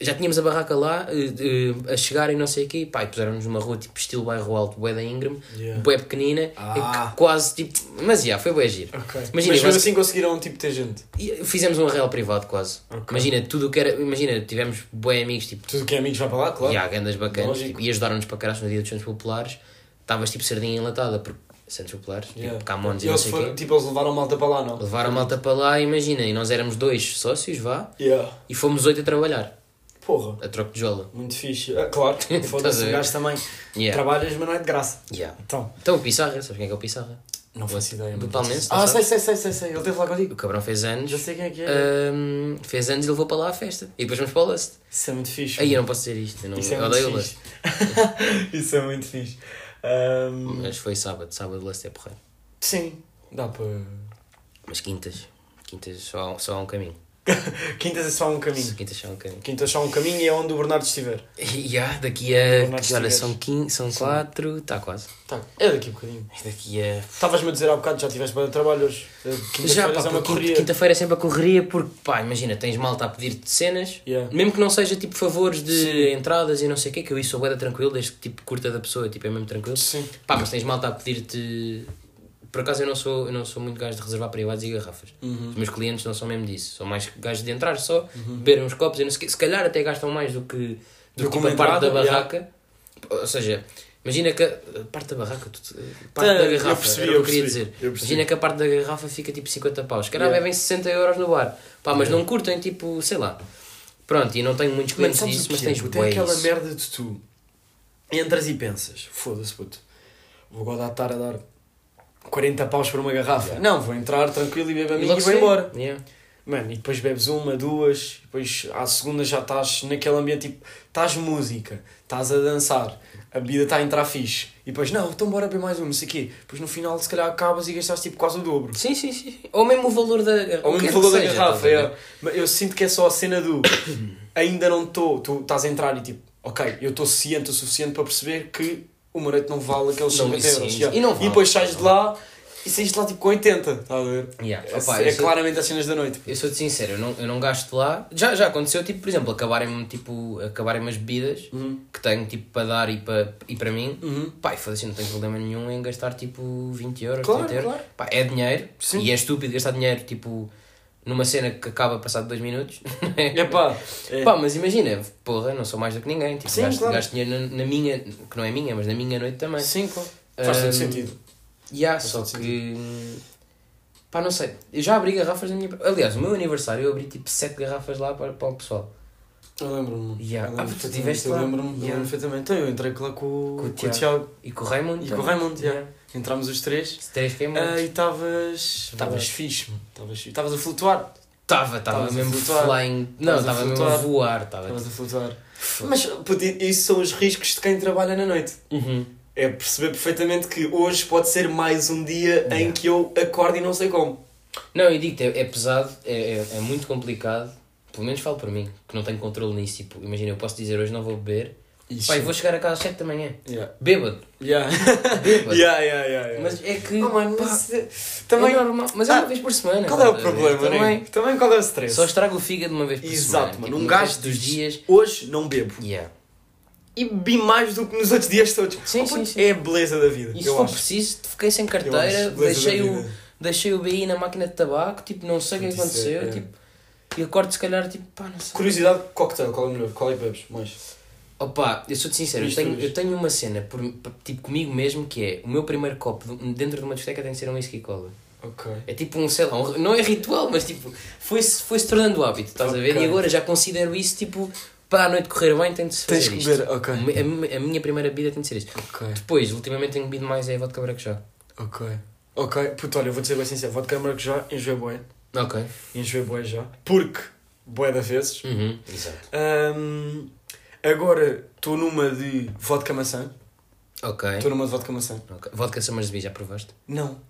já tínhamos a barraca lá, eh, eh, a chegar e não sei o quê, pá, e puseram-nos numa rua tipo estilo bairro alto, bué da Ingram, Yeah. bué pequenina, Ah. em que quase tipo, mas já, foi bué giro. Ok. Mas Imagina, mesmo mas- assim conseguiram tipo ter gente. E Fizemos um arreal privado quase, Ok. imagina tudo o que era, imagina, tivemos bué amigos, tipo, Tudo que é amigos vai para lá, claro. e há gandas bacanas, Lógico. tipo, e ajudaram-nos para caralho no dia dos Santos Populares, estavas tipo sardinha enlatada, porque Santos Populares, Yeah. tipo, Camões E e não eles sei o foram- quê, tipo, eles levaram malta para lá, não? levaram a malta para lá, imagina, e nós éramos dois sócios, vá, Yeah. e fomos oito a trabalhar, Porra. a troco de jola. Muito fixe. Ah, claro, Estás a foda-se, ver? o gajo também. Yeah. Trabalhas, mas não é de graça. Yeah. Então, Então o Pissarra, sabes quem é que é o Pissarra? Não faço ideia. do mano. Palmeiras, Ah, não sei, sabes? sei, sei, sei, sei. Ele teve lá contigo. O Cabrão fez anos. Já sei quem é que Ah, é. Ahm, fez anos e levou para lá a festa. E depois vamos para o Lust. Isso é muito fixe. Aí eu mano. não posso dizer isto. Eu não, Isso é eu muito odeio o fixe. Lust. Isso é muito fixe. Ahm, Mas foi sábado. Sábado o Lust é porreiro. Sim, dá para. Mas quintas. Quintas só, há- só há um caminho. Quintas é só um caminho. Quintas só há um caminho. Quintas é só um caminho e é onde o Bernardo estiver. E há, daqui Não, a. não que hora estiveres. são 15, são 4, está quase. Tá, é daqui a bocadinho. E Daqui a. Estavas-me a dizer há bocado, já tiveste para trabalho hoje. Já, Quintas pá, é uma porque correria. quinta-feira é sempre a correria porque, pá, imagina, tens malta a pedir-te cenas, Yeah. mesmo que não seja tipo favores de Sim. entradas e não sei o quê, que eu isso sou bué da tranquilo, desde que tipo curta da pessoa, tipo, é mesmo tranquilo. Sim. Pá, mas tens malta a pedir-te. Por acaso eu não sou, eu não sou muito gajo de reservar privados e garrafas. Uhum. Os meus clientes não são mesmo disso. São mais gajos de entrar só, beber uns copos e não sei o quê. Se calhar até gastam mais do que, do Do que que tipo, uma a parte da entrada, yeah. barraca. Ou seja, imagina que. A a parte da barraca, tu- a parte Tá, da eu garrafa, percebi, era o eu que queria percebi, dizer. eu percebi. Imagina que a parte da garrafa fica tipo 50 paus. Se calhar Yeah. bebem 60 euros no bar. Pá, mas não curtem tipo, sei lá. Pronto, e não tenho muitos Mano, clientes sabes disso, o mas que é? tens Tem bué aquela isso. merda de tu entras e pensas, foda-se puto, vou agora estar a dar 40 paus por uma garrafa. Não, vou entrar tranquilo e bebo a E minha e, logo se vou vê. embora. Yeah. Mano, e depois bebes uma, duas, e depois à segunda já estás naquele ambiente, tipo, estás música, estás a dançar, a bebida está a entrar fixe. E depois, não, então bora beber mais uma, não sei o quê. Depois no final, se calhar, acabas e gastas tipo quase o dobro. Sim, sim, sim. Ou mesmo o valor da garrafa. Ou mesmo o valor da garrafa, é. Mas eu sinto que é só a cena do ainda não estou, tu estás a entrar e tipo, ok, eu estou ciente o suficiente para perceber que o meu noite não vale aqueles Não, 50 isso, euros. isso. já. E não vale. depois sais de lá e saís de lá tipo com 80, está a ver? Yeah. É- Opa, é eu sou- claramente as cenas da noite. Eu sou-te sincero, eu não, eu não gasto lá. Já, já aconteceu, tipo, por exemplo, acabarem-me tipo, acabarem as bebidas Uhum. que tenho tipo, para dar e para, e para mim. Pá, e foda-se, não tenho problema nenhum em gastar tipo 20 euros, Claro, 30 euros. claro. Pá, é dinheiro Sim. e é estúpido gastar dinheiro tipo numa cena que acaba passado 2 minutos. É pá, é. Pá, mas imagina, porra, não sou mais do que ninguém. Tipo, Sim, gasto, claro. gasto dinheiro na, na minha, que não é minha, mas na minha noite também. Sim, claro. Faz todo Ahm, sentido. E há, Faz só todo que. Pá, não sei. Eu já abri garrafas na minha. Aliás, o meu aniversário eu abri tipo 7 garrafas lá para, para o pessoal. Eu lembro-me. Yeah. Eu Ah, lembro-me tu estiveste perfeitamente, eu lá. lembro-me, eu Yeah. lembro-me perfeitamente. Então eu entrei lá com, Com o Então. o Tiago, E com o Raimundo. e com o também. Raimundo. Yeah. Entramos os três. Se Três Ah, e queimados. estavas. Estavas É Verdade. fixe, mano. Estavas fixe. Estavas a flutuar. Estava, estava Estavas a mesmo flutuar. flying. Estavas Não, a estava mesmo a flutuar. voar. Estava. Estavas a flutuar. Foda-se. Mas puto, isso são os riscos de quem trabalha na noite. Uhum. É perceber perfeitamente que hoje pode ser mais um dia em que eu acordo e não sei como. Não, eu digo-te, é, é pesado, é, é, é muito complicado. Pelo menos falo para mim, que não tenho controle nisso. Tipo, imagina, eu posso dizer hoje não vou beber. Isso. Pá, eu vou chegar a casa às 7 da manhã. Yeah. Bêbado. Yeah. Bêbado. yeah, yeah, yeah, yeah. Mas é que. Oh, mano, pá, mas, eh, Também... também. É normal, mas é uma Ah, vez por semana. qual é o estás a ver? problema, Também né? Também qual é o stress? só estraga o fígado uma vez por semana. Exato, mano. Tipo, Um no gajo resto dos dias. Hoje não bebo. Yeah. E bebi mais do que nos outros dias todos. Sim, Ah, puto, sim, sim. É a beleza da vida. E se eu for acho. preciso, fiquei sem Eu carteira, acho, beleza deixei da o, vida. deixei o BI na máquina de tabaco, tipo, não sei o que Puto, isso é- aconteceu. é. Tipo, e acordo se calhar, tipo, pá, não sei. Curiosidade, cocktail, qual é o melhor? Qual é que bebes mais? Opa, eu sou-te sincero, eu Misturas. tenho, eu tenho uma cena, por, tipo, comigo mesmo, que é o meu primeiro copo de- dentro de uma discoteca tem que ser um whisky cola. Ok. É tipo um, sei lá, um- não é ritual, mas tipo, foi-se foi -se tornando hábito, estás a ver? Ok. E agora já considero isso, tipo, para a noite correr bem, tem de se fazer Tens que isto. beber, ok. A mi- A, mi- a minha primeira bebida tem de ser isto. Ok. Depois, ultimamente tenho bebido mais é vodka já Ok. Ok, puto, olha, eu vou dizer bem sincero, vodka maracujá, enjoei bué, Ok. enjoei bué já, porque bué da vezes. Uhum. Exato. Ahm, agora estou numa de vodka maçã, Ok. estou numa de vodka maçã. Ok. Vodka Summersby, já provaste? Não,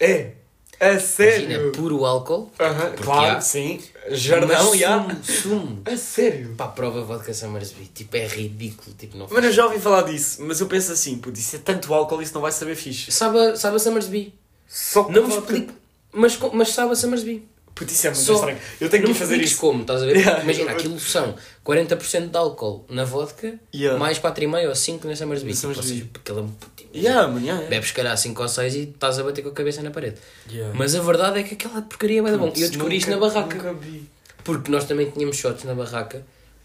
é, a sério. Imagina, puro álcool. Aham, Porque claro, há- sim, jardão mas e há. sumo, sumo. A sério. Pá, prova vodka Summersby. Tipo, é ridículo. Tipo, não Mano, eu já ouvi falar disso, mas eu penso assim, puto, isso é tanto álcool, isso não vai saber fixe. Sabe, a- sabe a Summersby. Só que Não me vodka- explico. Mas, co- mas sabe a Summersby. Puto, isso é muito Só- estranho. Eu tenho que ir não me fazer expliques isso. como, estás a ver? Yeah. Imagina, aquilo são 40% de álcool na vodka, Yeah. mais 4,5 ou 5 na Summersby. Na Tipo, ou Summersby. seja, aquela, tipo, Yeah, mano, yeah, yeah. Bebes, se calhar, 5 ou 6 e estás a bater com a cabeça na parede. Yeah. Mas a verdade é que aquela porcaria é bué da bom. E eu descobri isto na barraca. Nunca vi. Porque nós também tínhamos shots na barraca.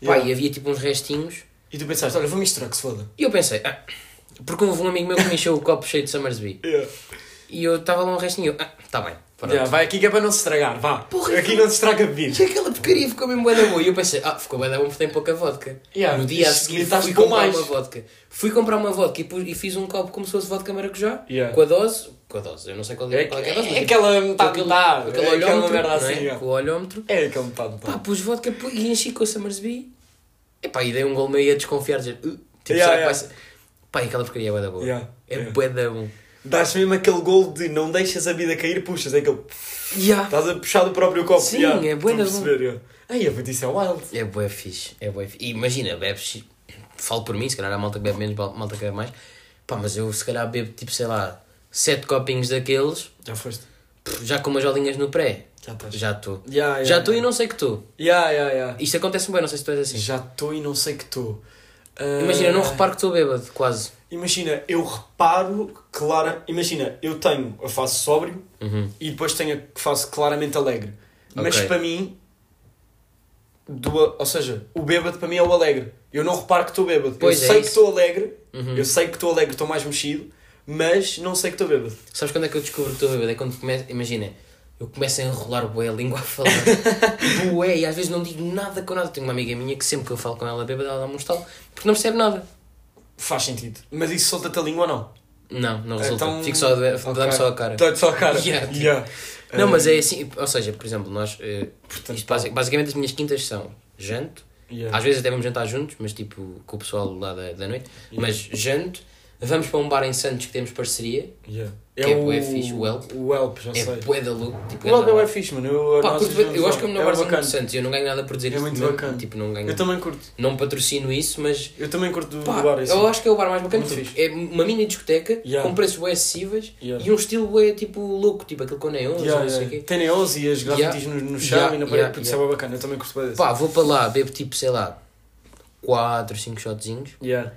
Pá, Yeah. e havia tipo uns restinhos. E tu pensaste, olha, vou misturar que se foda. E eu pensei, ah, porque houve um amigo meu que me encheu o copo cheio de Summersby. Yeah. E eu estava lá um restinho. e eu, Ah, tá bem. Pronto. Yeah, vai aqui que é para não se estragar, vá. Porra, então- É aqui não se estraga bebido. E aquela porcaria ficou mesmo bué da boa. E eu pensei, ah, ficou bué da boa porque tem pouca vodka. Yeah, no dia a isto seguir estás fui com comprar mais. uma vodka. Fui comprar uma vodka e, pus- e fiz um copo como se fosse vodka maracujá. Yeah. Com a dose, com a dose, eu não sei qual é, qual é que é a dose, mas É aquela metade aquele- metade, aquele é aquela olhómetro, merda não é? assim. Com yeah. o olhómetro. É aquela metade metade. Pá, pus vodka pu- e enchi com a Summersby. Epá, e dei um gol meio a desconfiar, dizer, "Uh", tipo, Yeah, será que yeah. vai ser... Pá, e aquela porcaria é bué da boa. Yeah, É yeah. bué da bom. Dás mesmo aquele gol de não deixas a vida cair, puxas, é aquele. Yeah. Estás a puxar do próprio copo. Sim, yeah, é estou a bué da bom. perceber, yeah. Ai, eu vou dizer, isso é wild. É bué fixe, é bué fixe. E imagina, bebes, falo por mim, se calhar há malta que bebe menos, mal- malta que bebe mais. Pá, mas eu se calhar bebo tipo, sei lá, sete copinhos daqueles, Já foste. pff, já com umas olhinhas no pré. Já estás. Já estou. Yeah, yeah, Já estou yeah. e não sei que estou. Yeah, yeah, yeah. Isto acontece bem, não sei se tu és assim. Já estou e não sei que estou. Imagina, eu não Ah, reparo que estou bêbado, quase. Imagina, eu reparo clara. Imagina, eu tenho a fase sóbrio e depois tenho a que faço claramente alegre. Mas Uhum. Ok. para mim, do, a- ou seja, o bêbado para mim é o alegre. Eu não reparo que estou bêbado. Pois eu é sei que isso. estou alegre, Uhum. eu sei que estou alegre, estou mais mexido, mas não sei que estou bêbado. Sabes quando é que eu descubro que estou bêbado? É quando começo, imagina, eu começo a enrolar bué a língua a falar. bué, e às vezes não digo nada com nada. Tenho uma amiga minha que sempre que eu falo com ela bêbada, ela dá-me um estalo, porque não percebe nada. Faz sentido. Mas isso solta-te a língua ou não? Não, não resulta. Então- Fico só a doer, Ok. Então, dá-me só a cara. Dá-te só a cara. Yeah, tipo- Yeah. Não, Ah, mas é assim, ou seja, por exemplo, nós. eh, Portanto, isto basi- basicamente as minhas quintas são janto, yeah. às vezes até vamos jantar juntos, mas tipo com o pessoal lá da, da noite, mas janto, vamos para um bar em Santos que temos parceria, Yeah. que é bué fixe, o Help. O Help, já é sei. bué da louco. Tipo, O Help anda é lá. bué fixe, mano. Eu, Pá, nós curto bué- usamos eu o acho que é o Help. melhor barzinho bacana. de Santos, eu não ganho nada por dizer É isto muito mesmo, bacana. tipo, não ganho Eu também curto. Não patrocino isso, mas Eu também curto do pá, bar assim. eu acho que é o bar mais bacana. Muito tipo, é uma mini discoteca Yeah. com preços bem acessíveis Yeah. e um estilo bem tipo louco, tipo aquele com neons, e Yeah, não sei o yeah. quê. Tem neons e as grafites Yeah. no, no chão Yeah, e na parede. yeah, Yeah, Isso é bem bacana. Eu também curto bem desse. Pá, vou para lá, bebo tipo, sei lá, 4, 5 shotzinhos Yeah.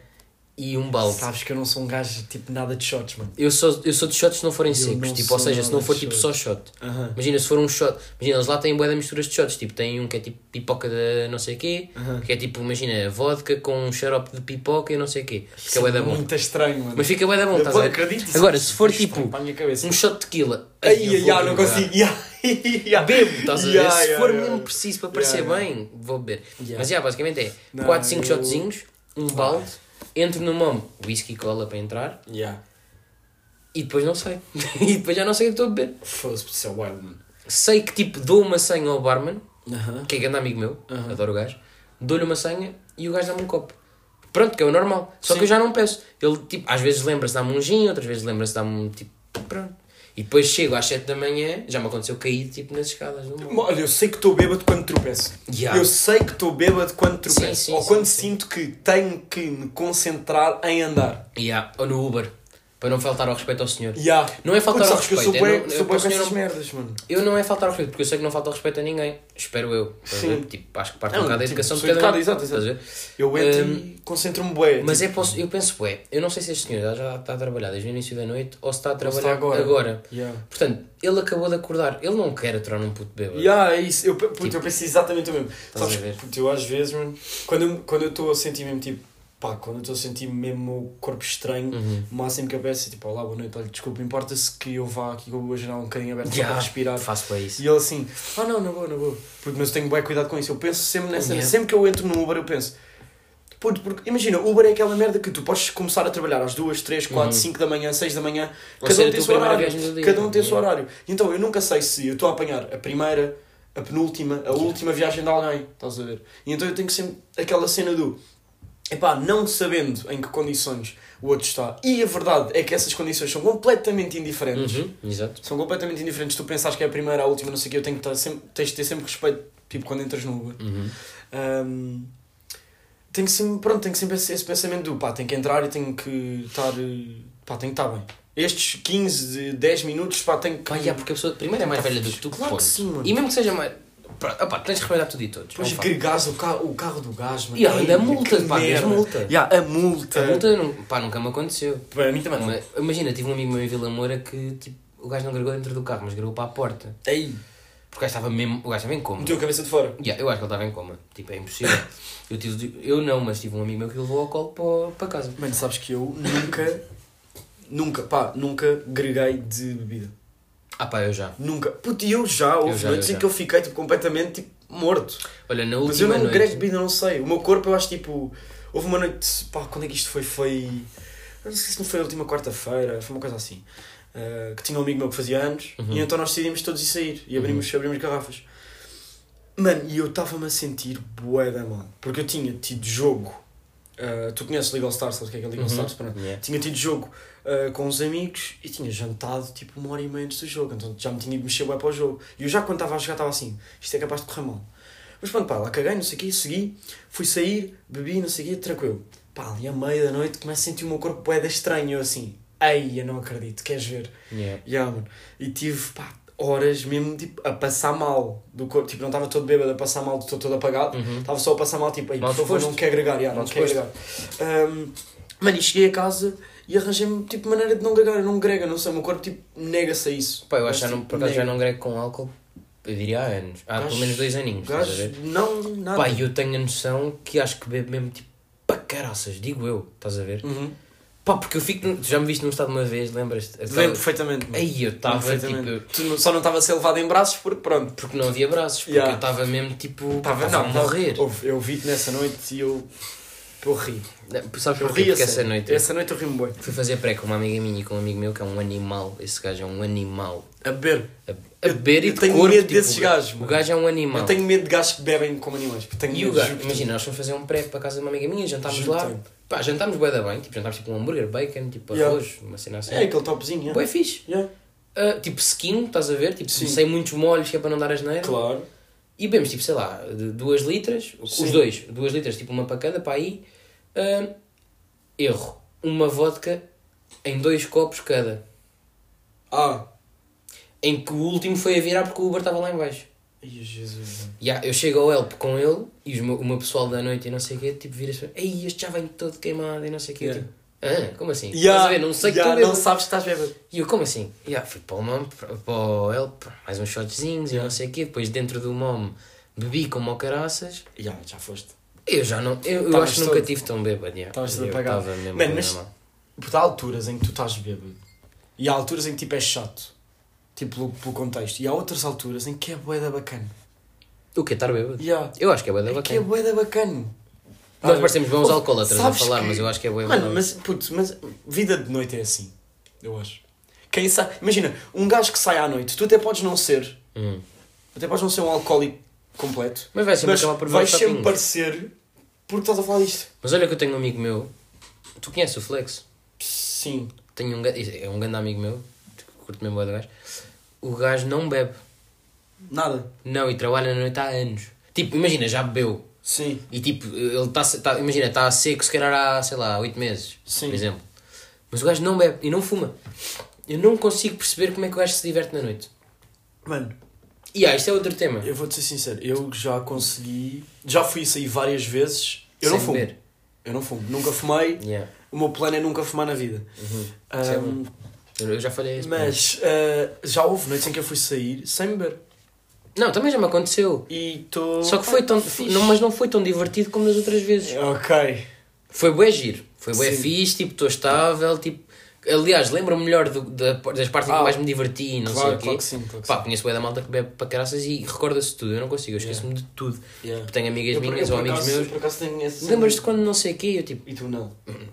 e um balde. Sabes que eu não sou um gajo tipo nada de shots, mano. Eu sou, eu sou de shots se não forem Eu secos, não tipo, sou ou seja, se não nada for de tipo shot. só shot. Aham. Imagina se for um shot, imagina eles lá têm boa de misturas de shots, tipo, tem um que é tipo pipoca de não sei o quê, Aham. que é tipo, imagina, vodka com um xarope de pipoca e não sei o quê. Fica bué da bom. Muito estranho, mano. Mas fica bué da bom, é Eu estás a ver? acredito. isso. Agora, se for, Isto tipo, está Para a minha cabeça. Um shot de tequila. Ai, eu ai, vou ai, não beber. consigo. Yeah. Yeah. Bebo, estás a ver? Yeah, Se yeah, for yeah, mesmo yeah. preciso para Yeah, parecer yeah. bem, vou beber. Yeah. Mas já, basicamente é Não, 4, 5 eu- shotzinhos, um balde, entro no momo, whisky e cola para entrar Yeah. e depois não sei. e depois já não sei o que estou a beber. Foda-se, isso é wild, mano. Sei que tipo dou uma senha ao barman, Aham. que é grande amigo meu, Aham. adoro o gajo, dou-lhe uma senha e o gajo dá-me um copo. Pronto, que é o normal. Só Sim. que eu já não peço. Ele, tipo, às vezes lembra-se dá-me um gin, outras vezes lembra-se dá-me um tipo. Pronto. E depois chego às 7 da manhã, já me aconteceu cair tipo nas escadas do morro. Olha, eu sei que estou bêbado quando tropeço. Yeah. Eu sei que estou bêbado quando tropeço. sim, Ou sim, quando sim. sinto que tenho que me concentrar em andar. Yeah. Ou no Uber, para não faltar ao respeito ao senhor. Yeah. Não é faltar Porque ao sabes que eu sou respeito, é bué- não- sou eu bué posso com ser essas um- merdas, mano. Eu não é faltar ao respeito, porque eu sei que não falta ao respeito a ninguém. Espero eu. estás a ver? Sim. Tipo, acho que parte É um um bocado da tipo, educação de sou cada um. educado, exato, estás a ver? Eu entro e concentro-me bué. Hum, Mas tipo, é posso, eu penso, ué, eu não sei se este senhor já- já está a trabalhar desde o início da noite ou se está a ou se trabalhar está agora. Yeah. Portanto, ele acabou de acordar. Ele não quer aturar num puto bêbado. Yeah, é isso. Eu, pe- puto, eu penso exatamente o mesmo. Tipo- a Sabes, ver? puto, eu às vezes, mano, quando eu quando eu estou a sentir mesmo tipo, pá, quando eu estou a sentir mesmo o corpo estranho, Uhum. o máximo que eu peço é tipo, olá, boa noite, olha, desculpa, importa-se que eu vá aqui com a janela um bocadinho aberta só Yeah, para respirar. Faço para isso. E ele assim, ah não, não vou, não vou. Porque, mas eu tenho bem cuidado com isso. Eu penso sempre nessa. Yeah. Sempre que eu entro no Uber, eu penso. Puto, porque imagina, Uber é aquela merda que tu podes começar a trabalhar às 2, 3, 4, 5 da manhã, 6 da manhã. Uhum. Ou cada seja, um tem a o tua seu primeira horário. viagem do dia. Cada um tem o seu Yeah. horário. Então eu nunca sei se eu estou a apanhar a primeira, a penúltima, a última viagem de alguém. Estás a ver? E então eu tenho sempre aquela cena do. Epá, não sabendo em que condições o outro está. E a verdade é que essas condições são completamente indiferentes Uhum, Exato. são completamente indiferentes. Tu pensas que é a primeira, a última, não sei o que, eu tenho que estar sempre, tens de ter sempre respeito, tipo quando entras no Uber. Uhum. Ahm, tenho sempre, pronto, tenho sempre esse, esse pensamento do pá, tenho que entrar e tenho que estar, eh, pá, tenho que estar bem. Estes 15, de 10 minutos, pá, tenho que. Pá, yeah, porque a pessoa primeiro é mais velha do que tu, Claro que ponto. sim, mano. E mesmo que seja mais. Pronto, opá, tens de respeitar tudo e todos. Depois é um facto. gregas o carro, o carro do gás, mano. E ainda a Ei, multa, que pá, tens merda. multa. Yeah, a multa. A multa, não- pá, nunca me aconteceu. Para mim também não. Mas, imagina, tive um amigo meu em Vila Moura que tipo, o gajo não gregou dentro do carro, mas gregou para a porta. Ei, Porque o gajo estava mesmo. O gajo estava em coma. meteu a cabeça de fora. Yeah, eu acho que ele estava em coma. Tipo, é impossível. eu, tive, eu não, mas tive um amigo meu que levou ao colo para, para casa. Mano, sabes que eu nunca, nunca, pá, nunca greguei de bebida. Ah pá, eu já. Nunca. Puto, e eu já, houve já, noites eu em já. que eu fiquei tipo, completamente tipo, morto. Olha, na Mas eu última não noite... grego bebida, não sei. O meu corpo, eu acho tipo. Houve uma noite. Pá, quando é que isto foi? Foi. eu Não sei se não foi a última quarta-feira, foi uma coisa assim. Ah, que tinha um amigo meu que fazia anos Uhum. e então nós decidimos todos ir sair e abrimos, abrimos garrafas. Mano, e eu estava-me a sentir bué da mal. Porque eu tinha tido jogo. ah, tu conheces Legal Stars, sabes o que é que é Legal Uhum. Stars? Pronto. Yeah. Tinha tido jogo ah, com uns amigos e tinha jantado tipo uma hora e meia antes do jogo, então já me tinha ido mexer bué para o jogo. E eu já quando estava a jogar estava assim: isto é capaz de correr mal. Mas pronto, pá, lá caguei, não sei o quê, segui, fui sair, bebi, não sei o quê, tranquilo. Pá, ali à meia da noite começo a sentir o meu corpo boeda estranho, eu assim, ei, eu não acredito, queres ver? Yeah. Yeah, mano. E tive, pá, horas mesmo, tipo, a passar mal do corpo, tipo, não estava todo bêbado, a passar mal, estou todo apagado, Uhum. estava só a passar mal, tipo, ei, Mal por favor, disposto. não quer agregar, yeah, não Mal quer agregar. Ahm, mano, e cheguei a casa e arranjei-me, tipo, maneira de não gregar, eu não grega, não sei, o meu corpo, tipo, nega-se a isso. Pá, eu Mas, acho que já não, tipo, por acaso já nega. não grego com álcool, eu diria há anos. Há Gajo- pelo menos dois aninhos, estás a ver? Gajo, não, nada. Pá, e eu tenho a noção que acho que bebo mesmo tipo para caraças, digo eu, estás a ver? Uhum. Pá, porque eu fico. Tu já me viste num estado uma vez, lembras-te? Eu Lembro tava- perfeitamente. mano. Aí eu estava tipo. Perfeitamente. eu- Tu não- só não estava a ser levado em braços porque pronto. Porque não havia braços, porque Yeah. eu estava mesmo tipo. Estava Estava não, a tava- morrer. Ouve, Eu vi-te nessa noite e eu. Eu ri. Sabes Eu porquê? ri a Porque essa sério. noite. é. eu Essa noite eu ri-me bem. Fui fazer pré com uma amiga minha e com um amigo meu que é um animal. Esse gajo é um animal. A beber. A, a Eu- beber e eu de tenho corpo, medo tipo, desses o ga- gajos, O mano. gajo é um animal. Eu tenho medo de gajos que bebem como animais. porque Tenho E o medo, gajo, juro-te. imagina, nós fomos fazer um pré para casa de uma amiga minha, jantámos Juro-te. lá, pá, jantámos bué da bem, tipo, jantámos tipo um hambúrguer, bacon, tipo Yeah. arroz, uma cena assim. É aquele topzinho, é? Bué fixe. Yeah. Ah, tipo skin, estás a ver? Tipo, Sim. sem muitos molhos, que é para não dar asneira. Claro. E bebemos, tipo, sei lá, de duas litras, Sim. os dois, duas litras, tipo uma para cada, para aí. Ah, erro, uma vodka em dois copos cada. Ah. Em que o último foi a virar porque o Uber estava lá em baixo. Ai, Jesus. mano. Ya, eu chego ao Elp com ele e os meu- o meu pessoal da noite e não sei o quê, tipo, vira-se Ei, este já vem todo queimado e não sei o quê. Yeah. Tipo, ah, como assim? Estás Yeah, a ver? Não sei que yeah, tu bebes." Não sabes que estás bêbado. E eu, como assim? Ya, fui para o MOM, para para o Elp, mais uns shotzinhos e não sei o quê. Depois dentro do MOM bebi como ao caraças. Yeah, já foste. Eu já não, eu, eu Estavas acho que nunca todo- estive tão bêbado. ya. Estavas todo Eu apagado. estava mesmo Mano, bué mas- na mão. Porque há alturas em que tu estás bêbado e há alturas em que tipo é chato, tipo pelo, pelo contexto, e há outras alturas em que é boeda bacana. O que Estar bêbado? Yeah. Eu acho que é bué da É que é bacana. boeda bacana. Nós Ah, parecemos bons ouve, alcoólatras a sabes falar, que- mas eu acho que é bué Mano, bacana. mas, putz, mas vida de noite é assim, eu acho. Quem sai, imagina, um gajo que sai à noite, tu até podes não ser, Hum. até podes não ser um alcoólico completo, Mas vai sempre mas acabar por ver vais os sempre copinhos. parecer porque estás a falar disto. Mas olha que eu tenho um amigo meu. Tu conheces o Flex? Sim. Tenho um ga- é um grande amigo meu, que curto mesmo bué do gajo. O gajo não bebe. Nada. Não, e trabalha na noite há anos. Tipo, imagina, já bebeu. Sim. E tipo, ele está, tá, imagina, está seco se calhar há, sei lá, 8 meses, Sim. por exemplo. Mas o gajo não bebe e não fuma. Eu não consigo perceber como é que o gajo se diverte na noite. Mano, E ah, isto é outro tema. Eu vou-te ser sincero, eu já consegui. Já fui sair várias vezes. Eu não Sem fumo. beber. Eu não fumo. Nunca fumei. Yeah. O meu plano é nunca fumar na vida. Ahm, Isso é bom. Eu eu já falei isso. mas ah, já houve noites em que eu fui sair sem beber. Não, também já me aconteceu. E Tá estou. Só que foi tão. fixe. Não, mas não foi tão divertido como nas outras vezes. Ok. Foi bué giro, foi bué Sim. fixe, tipo, estou estável, tipo... Aliás, lembro-me melhor do- da- das partes em Ah, que mais me diverti e não claro, sei o quê. claro que sim, claro que Pá, sim. conheço bué da malta que bebe para caraças e recorda-se de tudo, eu não consigo, eu esqueço-me de tudo. Yeah. Tipo, tenho amigas Eu por- minhas eu ou por amigos acaso- meus... Por acaso tenho esse. Lembras-te quando não sei o quê? Eu tipo, E tu não.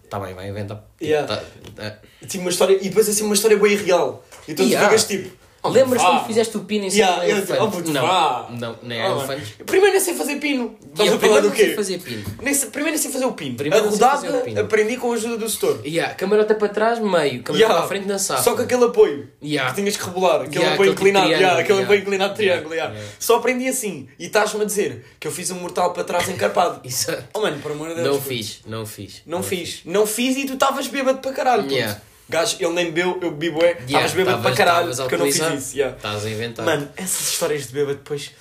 tá bem, vai inventar. Tipo, Yeah. tá- tá- Eu tinha uma história. E depois assim uma história bem irreal. Então Yeah. tu ficas tipo. oh, Lembras vá. quando fizeste o pino em cima Yeah, do eu- elefante? oh, puto, vá. não, não, nem é Oh, elefante. Primeiro nem sei fazer pino. Estás E a falar do primeira quê? vez fazer pino. Nem sei- primeiro nem sei fazer o pino. Primeiro a não sei fazer rodada o pino. aprendi com a ajuda do setor. Yeah, camarota para trás, meio, camarota Yeah. para a frente, dançar. Só com aquele apoio Yeah. que tinhas que rebolar, aquele Yeah, apoio aquele tipo inclinado, triângulo, yeah, aquele yeah. apoio inclinado de Yeah, triângulo. yeah. yeah. Só aprendi assim. E estás-me a dizer que eu fiz um mortal para trás encarpado. Exato. oh mano, por amor de Deus. Não puto. fiz, não fiz. Não fiz. Não fiz e tu estavas bêbado para caralho. puto. Yeah. Gajo, ele nem bebeu, eu bebi bué, estavas Yeah, bêbado estavas- para caralho, estavas Tá. porque eu não fiz alcoolizado, isso. yeah. Estás a inventar. Mano, essas histórias de bêbado depois.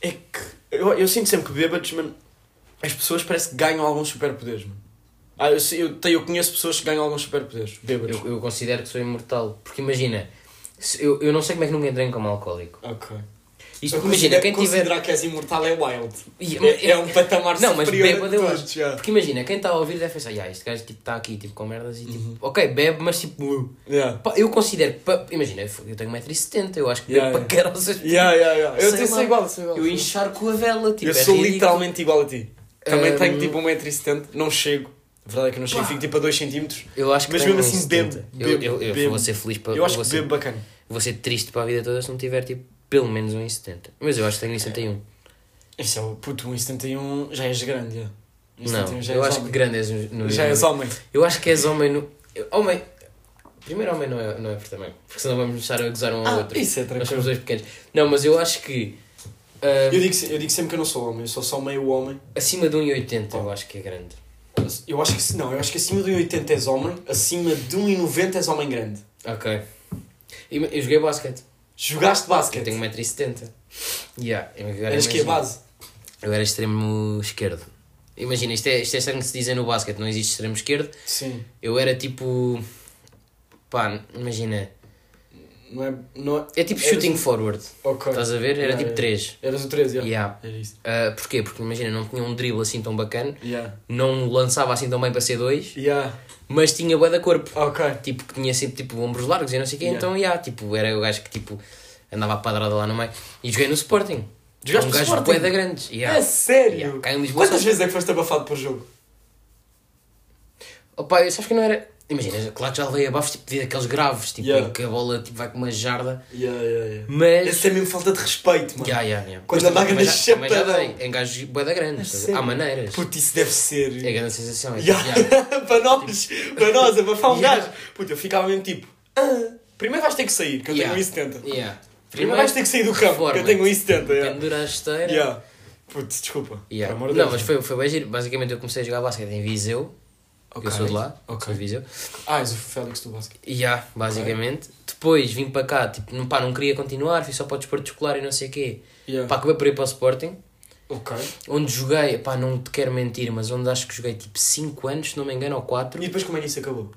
É que. Eu, eu sinto sempre que bêbados, mano. As pessoas parece que ganham alguns superpoderes, mano. Ah, eu, sei- eu, tenho- eu conheço pessoas que ganham alguns superpoderes. Bêbados. Eu, eu considero que sou imortal. Porque imagina, se- eu, eu não sei como é que nunca entrei como alcoólico. Ok. E Isto, imagina, quem tiver. Considerar que és imortal é wild. Ih, mas- É, é um patamar Não, mas superior bêbado é a eu todos, acho. já. Porque imagina, quem está a ouvir deve pensar, "Ya, este gajo tipo, está aqui tipo, com merdas e tipo, Uhum. ok, bebe, mas tipo. uh." Yeah. Pá, eu considero. pa- Imagina, eu eu tenho 1,70m, eu acho que Yeah, bebo para caralho. vocês- Yeah, yeah, yeah. Eu Sei até lá. sou igual, sou igual. Eu encharco a vela, tipo. eu é sou ridículo. literalmente igual a ti. Também Ahm. tenho tipo 1,70m, não chego. A verdade é que eu não chego, fico tipo a 2cm. Eu acho que Mas tenho mesmo assim, 1,70. bebo, Eu, eu, eu bebo, vou ser feliz para. Eu acho vou que ser, bebo bacana. vou ser triste para a vida toda se não tiver tipo pelo menos 1,70. Mas eu acho que tenho 1,71. Isso é o puto, 1,71 já és grande. já. Não, 1,71 já eu és acho que homem. grandeza no. Já és homem. Eu acho que és homem no. eu- Homem. Primeiro homem não é, não é por também. Porque senão vamos estar a gozar um ao Ah, outro. isso é Nós somos tranquilo. dois pequenos. Não, mas eu acho que. ah, Eu digo, se- eu digo sempre que eu não sou homem, eu sou só meio homem. acima de 1,80 Oh. eu acho que é grande. Eu acho que se- não, eu acho que acima de 1,80 és homem, acima de 1,90 és homem grande. Ok. E- Eu joguei basquete. Jogaste Eu basquete. tenho 1,70m. Yeah, eu agora Eras que a imagino- base. Eu era extremo esquerdo. Imagina, isto é, isto é estranho que se dizem no basquete, não existe extremo esquerdo. Sim. Eu era tipo. Pá, imagina. Não é. Não é É tipo Eras- shooting forward. ok. Estás a ver? Era Yeah, tipo yeah. 3. Eras o 13, yeah. Yeah. Era isso. Ah, porquê? Porque imagina, não tinha um drible assim tão bacana, Yeah. não lançava assim tão bem para ser 2, Yeah. mas tinha bué da corpo. Ok. Tipo, que tinha sempre tipo ombros largos e não sei o quê, Yeah. então, yeah, tipo, era o gajo que tipo andava a padrada lá no meio. E joguei no Sporting. Jogaste um no gajo Sporting? bué da grandes. Yeah. É sério? Yeah, cá em Lisboa Quantas só- vezes é que foste abafado por jogo? Opa, eu sabes que não era. Imagina, claro que já levei abafos tipo, de aqueles graves, tipo, Yeah. em que a bola tipo, vai com uma jarda, Yeah, yeah, yeah. mas. Esse é mesmo falta de respeito, mano. Yeah, yeah, yeah. Quando Mas andava também- a mas já- também já chapadão. dei, Em gajos bué da grandes, estás a ver? há sério? maneiras. Puto, isso deve ser. É grande sensação. É, tipo, Yeah. yeah. Tipo- para nós, para nós, abafar um Yeah. gajo. Puto, eu ficava mesmo tipo. "Ah, primeiro vais ter que sair, que eu Yeah. tenho 1,70. Primeiro, Yeah. vais ter que sair do campo, que eu reforma-te. tenho 1,70. Yeah. Pendura a esteira. Yeah. Puto, desculpa. Yeah. Por amor de Não, mas Deus. foi, foi bem giro. Basicamente eu comecei a jogar basquete em Viseu. Ok. é Eu sou de lá, Ok. sou de Viseu. Ah, és o Félix do basquete. E yeah, basicamente. Depois vim para cá, tipo, não, pá, não queria continuar, fui só para o desporto escolar e não sei o quê. Yeah. Pá, acabei por ir para o Sporting, Ok. onde joguei, pá, não te quero mentir, mas onde acho que joguei tipo 5 anos, se não me engano, ou 4. E depois como é que isso acabou?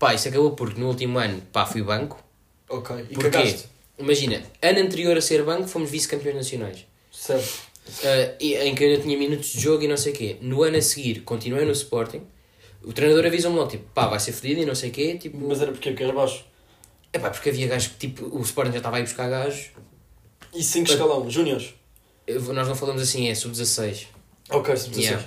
Pá, isso acabou porque no último ano, pá, fui banco. Ok. E Porquê? cagaste? Imagina, ano anterior a ser banco, fomos vice-campeões nacionais. Certo. Uh, e- em que eu ainda tinha minutos de jogo e não sei o quê. No ano a seguir, continuei no Sporting. O treinador avisa-me logo, tipo, pá, vai ser fedido e não sei o quê. Tipo, Mas era porque era baixo. é pá, porque havia gajos que, tipo, o Sporting já estava a ir buscar gajos. E 5 escalão, júniores. Eu- Nós não falamos assim, é sub-16. Ok, se Yeah.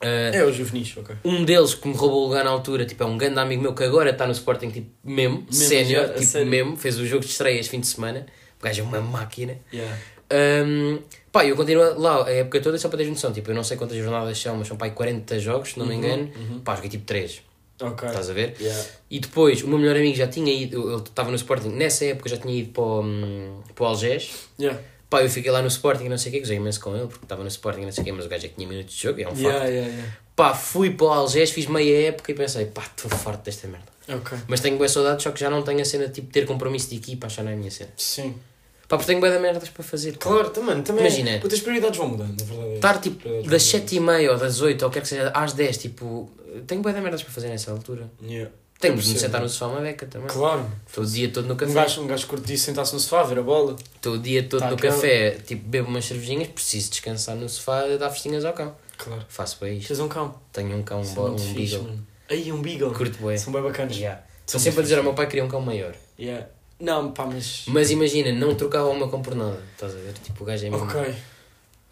Uh, É o juvenis, ok. um deles que me roubou o lugar na altura, tipo, é um grande amigo meu que agora está no Sporting, tipo, mesmo, sénior, já, a tipo, sério. mesmo, fez o jogo de estreia este fim de semana. O gajo é uma máquina. Yeah. Um, pá, eu continuo lá a época toda só para teres noção. Tipo, eu não sei quantas jornadas são, mas são pá, aí 40 jogos, se não Uhum. me engano. Pá, joguei tipo 3. Ok. Estás a ver? Yeah. E depois, o meu melhor amigo já tinha ido, ele estava no Sporting, nessa época já tinha ido para o, hum, para o Algés. Yeah. Pá, eu fiquei lá no Sporting e não sei o que, gozei imenso com ele, porque estava no Sporting e não sei o que, mas o gajo é que tinha minutos de jogo, é um Yeah, facto. yeah, yeah. Pá, fui para o Algés, fiz meia época e pensei, pá, estou farto desta merda. Ok. Mas tenho boas saudades, só que já não tenho a cena de tipo, ter compromisso de equipa, já não é a minha cena. Sim. Pá, porque tenho boas merdas para fazer. pá. Claro, também, também. é- Imagina. Puta, as prioridades vão mudando, na verdade. Estar tipo das 7 e meia ou das 8 ou quer que seja às 10, tipo, tenho bué de merdas para fazer nessa altura. Yeah. Tenho Eu de me percebo. sentar no sofá uma beca também. Claro. Estou o dia todo no Um café. gajo, um gajo curto disso sentar-se no sofá, ver a bola. Estou o dia todo Tá, no que hora? café, tipo, bebo umas cervejinhas, preciso descansar no sofá e dar festinhas ao cão. Claro. Faço bem isto. Tens um cão. Tenho um cão, um, Isso é bo- muito um fixe, beagle. mano. Aí, um beagle. Curto bué. São bem bacanas. Yeah. São Estou sempre a muito dizer ao meu pai que queria um cão maior. Yeah. Não, pá, mas... Mas imagina, não trocava uma cão por nada. Estás a ver? Tipo, o gajo é mesmo. Ok. O gajo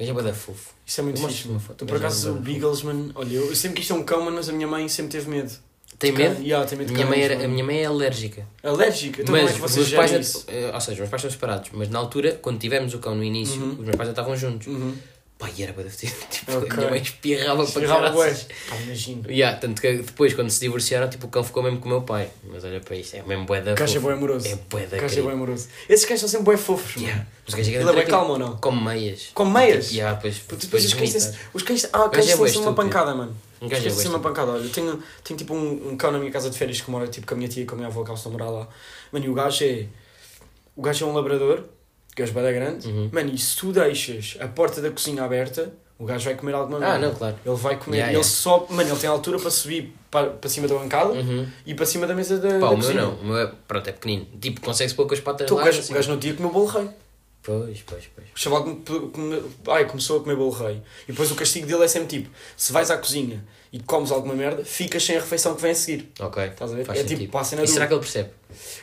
é bué da fofo. Isso é muito Eu fixe, mostro uma mano. foto. Tu, por Mas é acaso, um o bom. Beagles, mano... Olha, eu eu sempre quis ter um cão, mano, mas a minha mãe sempre teve medo. Tem medo? Yeah, tem medo de Minha mãe cães, era, mano. a minha mãe é alérgica. Alérgica? Então como é Mas que os vocês meus geram pais, isso? eh, ou seja, os meus pais estão separados, mas na altura, quando tivemos o cão no início, Uhum. os meus pais já estavam juntos. Uhum. Pai, era para fedido. Tipo, Ok. a minha mãe espirrava, Espirrava para bué. caralho. Pá, imagino. Yeah, tanto que depois, quando se divorciaram, tipo, o cão ficou mesmo com o meu pai. Mas olha para isto, é mesmo bué da O gajo é fofo. bem amoroso. É bué da O gajo é querido. bem amoroso. Esses cães são sempre bem fofos, mano. Yeah. Mas o gajo é Ele é bem grande calmo ou não? Come meias. Com meias? Tipo, yeah, depois, Puto, Depois os cães vomita. têm- os cães. Ah, gajo cães é têm bué sempre uma estúpido. pancada, mano. Um Os gajo cães é têm bué sempre uma pancada. Olha, eu tenho, tenho tipo um, um cão na minha casa de férias que mora tipo com a minha tia e com a minha avó que elas estão a morar lá. Mano, e o gajo é. O gajo é um labrador, o gajo é grande. Uhum. Mano, e se tu deixas a porta da cozinha aberta, o gajo vai comer alguma Ah, merda. não, claro. Ele vai comer, Yeah, ele yeah. sobe, mano, ele tem altura para subir para, para cima da bancada Uhum. e para cima da mesa da, Pá, da o meu cozinha. não. O meu é, pronto, é pequenino. Tipo, consegue-se pôr com as patas Então, o, lá. gajo, assim. o gajo não tinha que comer bolo rei. Pois, pois, pois. O chaval come- come- ai, começou a comer bolo rei. E depois o castigo dele é sempre tipo: se vais à cozinha e comes alguma merda, ficas sem a refeição que vem a seguir. Ok. Estás a ver? Faz é sentido. tipo, passa na E será dúvida. que ele percebe?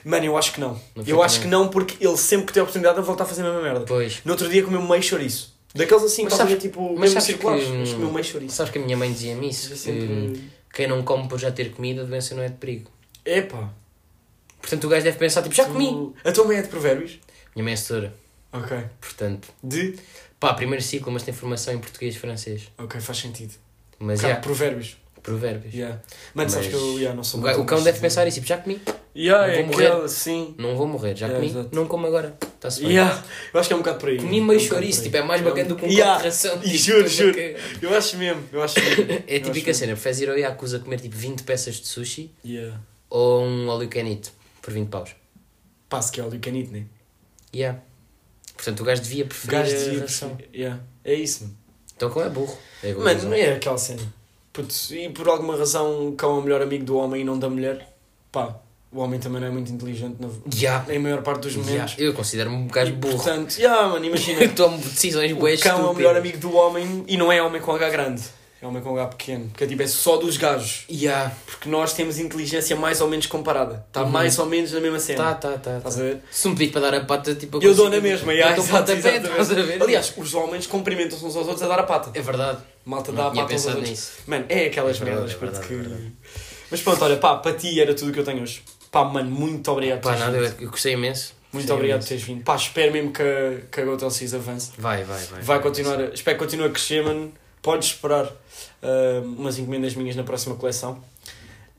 Mano, eu acho que não. Não eu fica acho bem. que não, porque ele sempre que tem a oportunidade ele volta a fazer a mesma merda. Pois. No outro dia comeu meio chouriço. Daqueles assim, Mas mas sabes, sabes- tipo, mas mesmo sabes circulares, que- hum, mas comeu meio chouriço. Sabes que a minha mãe dizia-me isso? É que sempre- Quem não come por já ter comida, a doença não é de perigo. Epá. Portanto, o gajo deve pensar, tipo, já comi. Tu- A tua mãe é de provérbios? Minha mãe é assessora. Ok. Portanto, De? pá, primeiro ciclo, mas tem formação em português e francês. Ok, faz sentido. Mas, Cara, já, provérbios. provérbios. Yeah. Mano, sabes Mas que eu yeah, não sou O, ga- o cão deve pensar isso, tipo, já comi, Yeah, Não é vou morrer. aquela, sim. não vou morrer, já É, comi, exato. não como agora, está-se bem. Yeah. Eu acho que é um bocado por aí. Comi É um meio bocado chouriço, por aí. tipo, é mais bacana do que um Yeah. copo de ração. E tipo, juro, coisa juro. que- Eu acho mesmo, eu acho mesmo. É a Eu típica acho cena, preferes ir ao Yakuza comer tipo 20 peças de sushi mesmo. Yeah. ou um óleo canito por 20 paus. Passo que é óleo canito, né? Yeah. Portanto, o gajo devia O preferir gajo a dizia. ração. Yeah. É isso, mano. Então, como é burro. É burro, Mano, não não é? é aquela cena. Putz, e por alguma razão o cão é o melhor amigo do homem e não da mulher. Pá, o homem também não é muito inteligente na, né? Yeah. em maior parte dos Yeah. momentos. Eu considero-me um gajo E, burro. Portanto, yeah, mano, imagina. Eu tomo decisões O cão boas é o melhor amigo do homem e não é homem com H grande. É homem com H pequeno. Que tipo, é só dos gajos. Yeah. Porque nós temos inteligência mais ou menos comparada. Está Uhum. mais ou menos na mesma cena. Tá, tá, tá. tá. Estás a ver? Se me pedir para dar a pata, tipo... Eu dou consigo- na mesma. Eu Yeah, dou exato, pontapé, exatamente. estás a ver? Aliás, os homens cumprimentam-se uns aos outros a dar a pata. É verdade. Malta dá Não a tinha pata uns aos pensado outros. nisso. Mano, é aquelas É verdade, merdas, é puto, verdade, que... é verdade. Mas pronto, olha, pá, para ti era tudo o que eu tenho hoje. Pá, mano, muito obrigado por Pá, teres nada, vindo. eu eu gostei imenso. Muito Gostei obrigado por imenso. teres vindo. Pá, espero mesmo que a, que a Gotham Seas avance. Vai, vai, vai. Vai continuar, a- espero que continue a crescer, mano. Podes esperar ah, umas encomendas minhas na próxima coleção.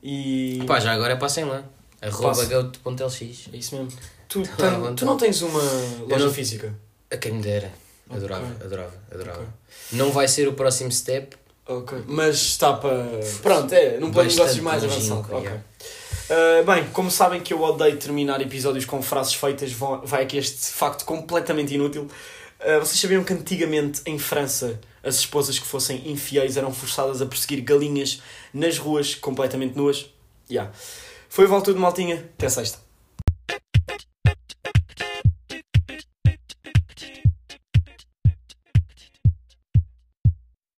E... Pá, já agora passem lá. Arroba Passa. goat.lx. É isso mesmo. Tu, Tá tan- bom, tu tá. não tens uma loja não- física? A quem me dera. Adorava, Ok. adorava, adorava. Ok. Não vai ser o próximo step. Ok. Mas está para... Pronto, é, num plano de negócios bastante mais longínquo, avançado. Ok. yeah. Uh, bem, como sabem que eu odeio terminar episódios com frases feitas, vão- vai aqui este facto completamente inútil. Uh, vocês sabiam que antigamente em França as esposas que fossem infiéis eram forçadas a perseguir galinhas nas ruas completamente nuas? Ya. Foi o Valtudo Maltinha. Até sexta.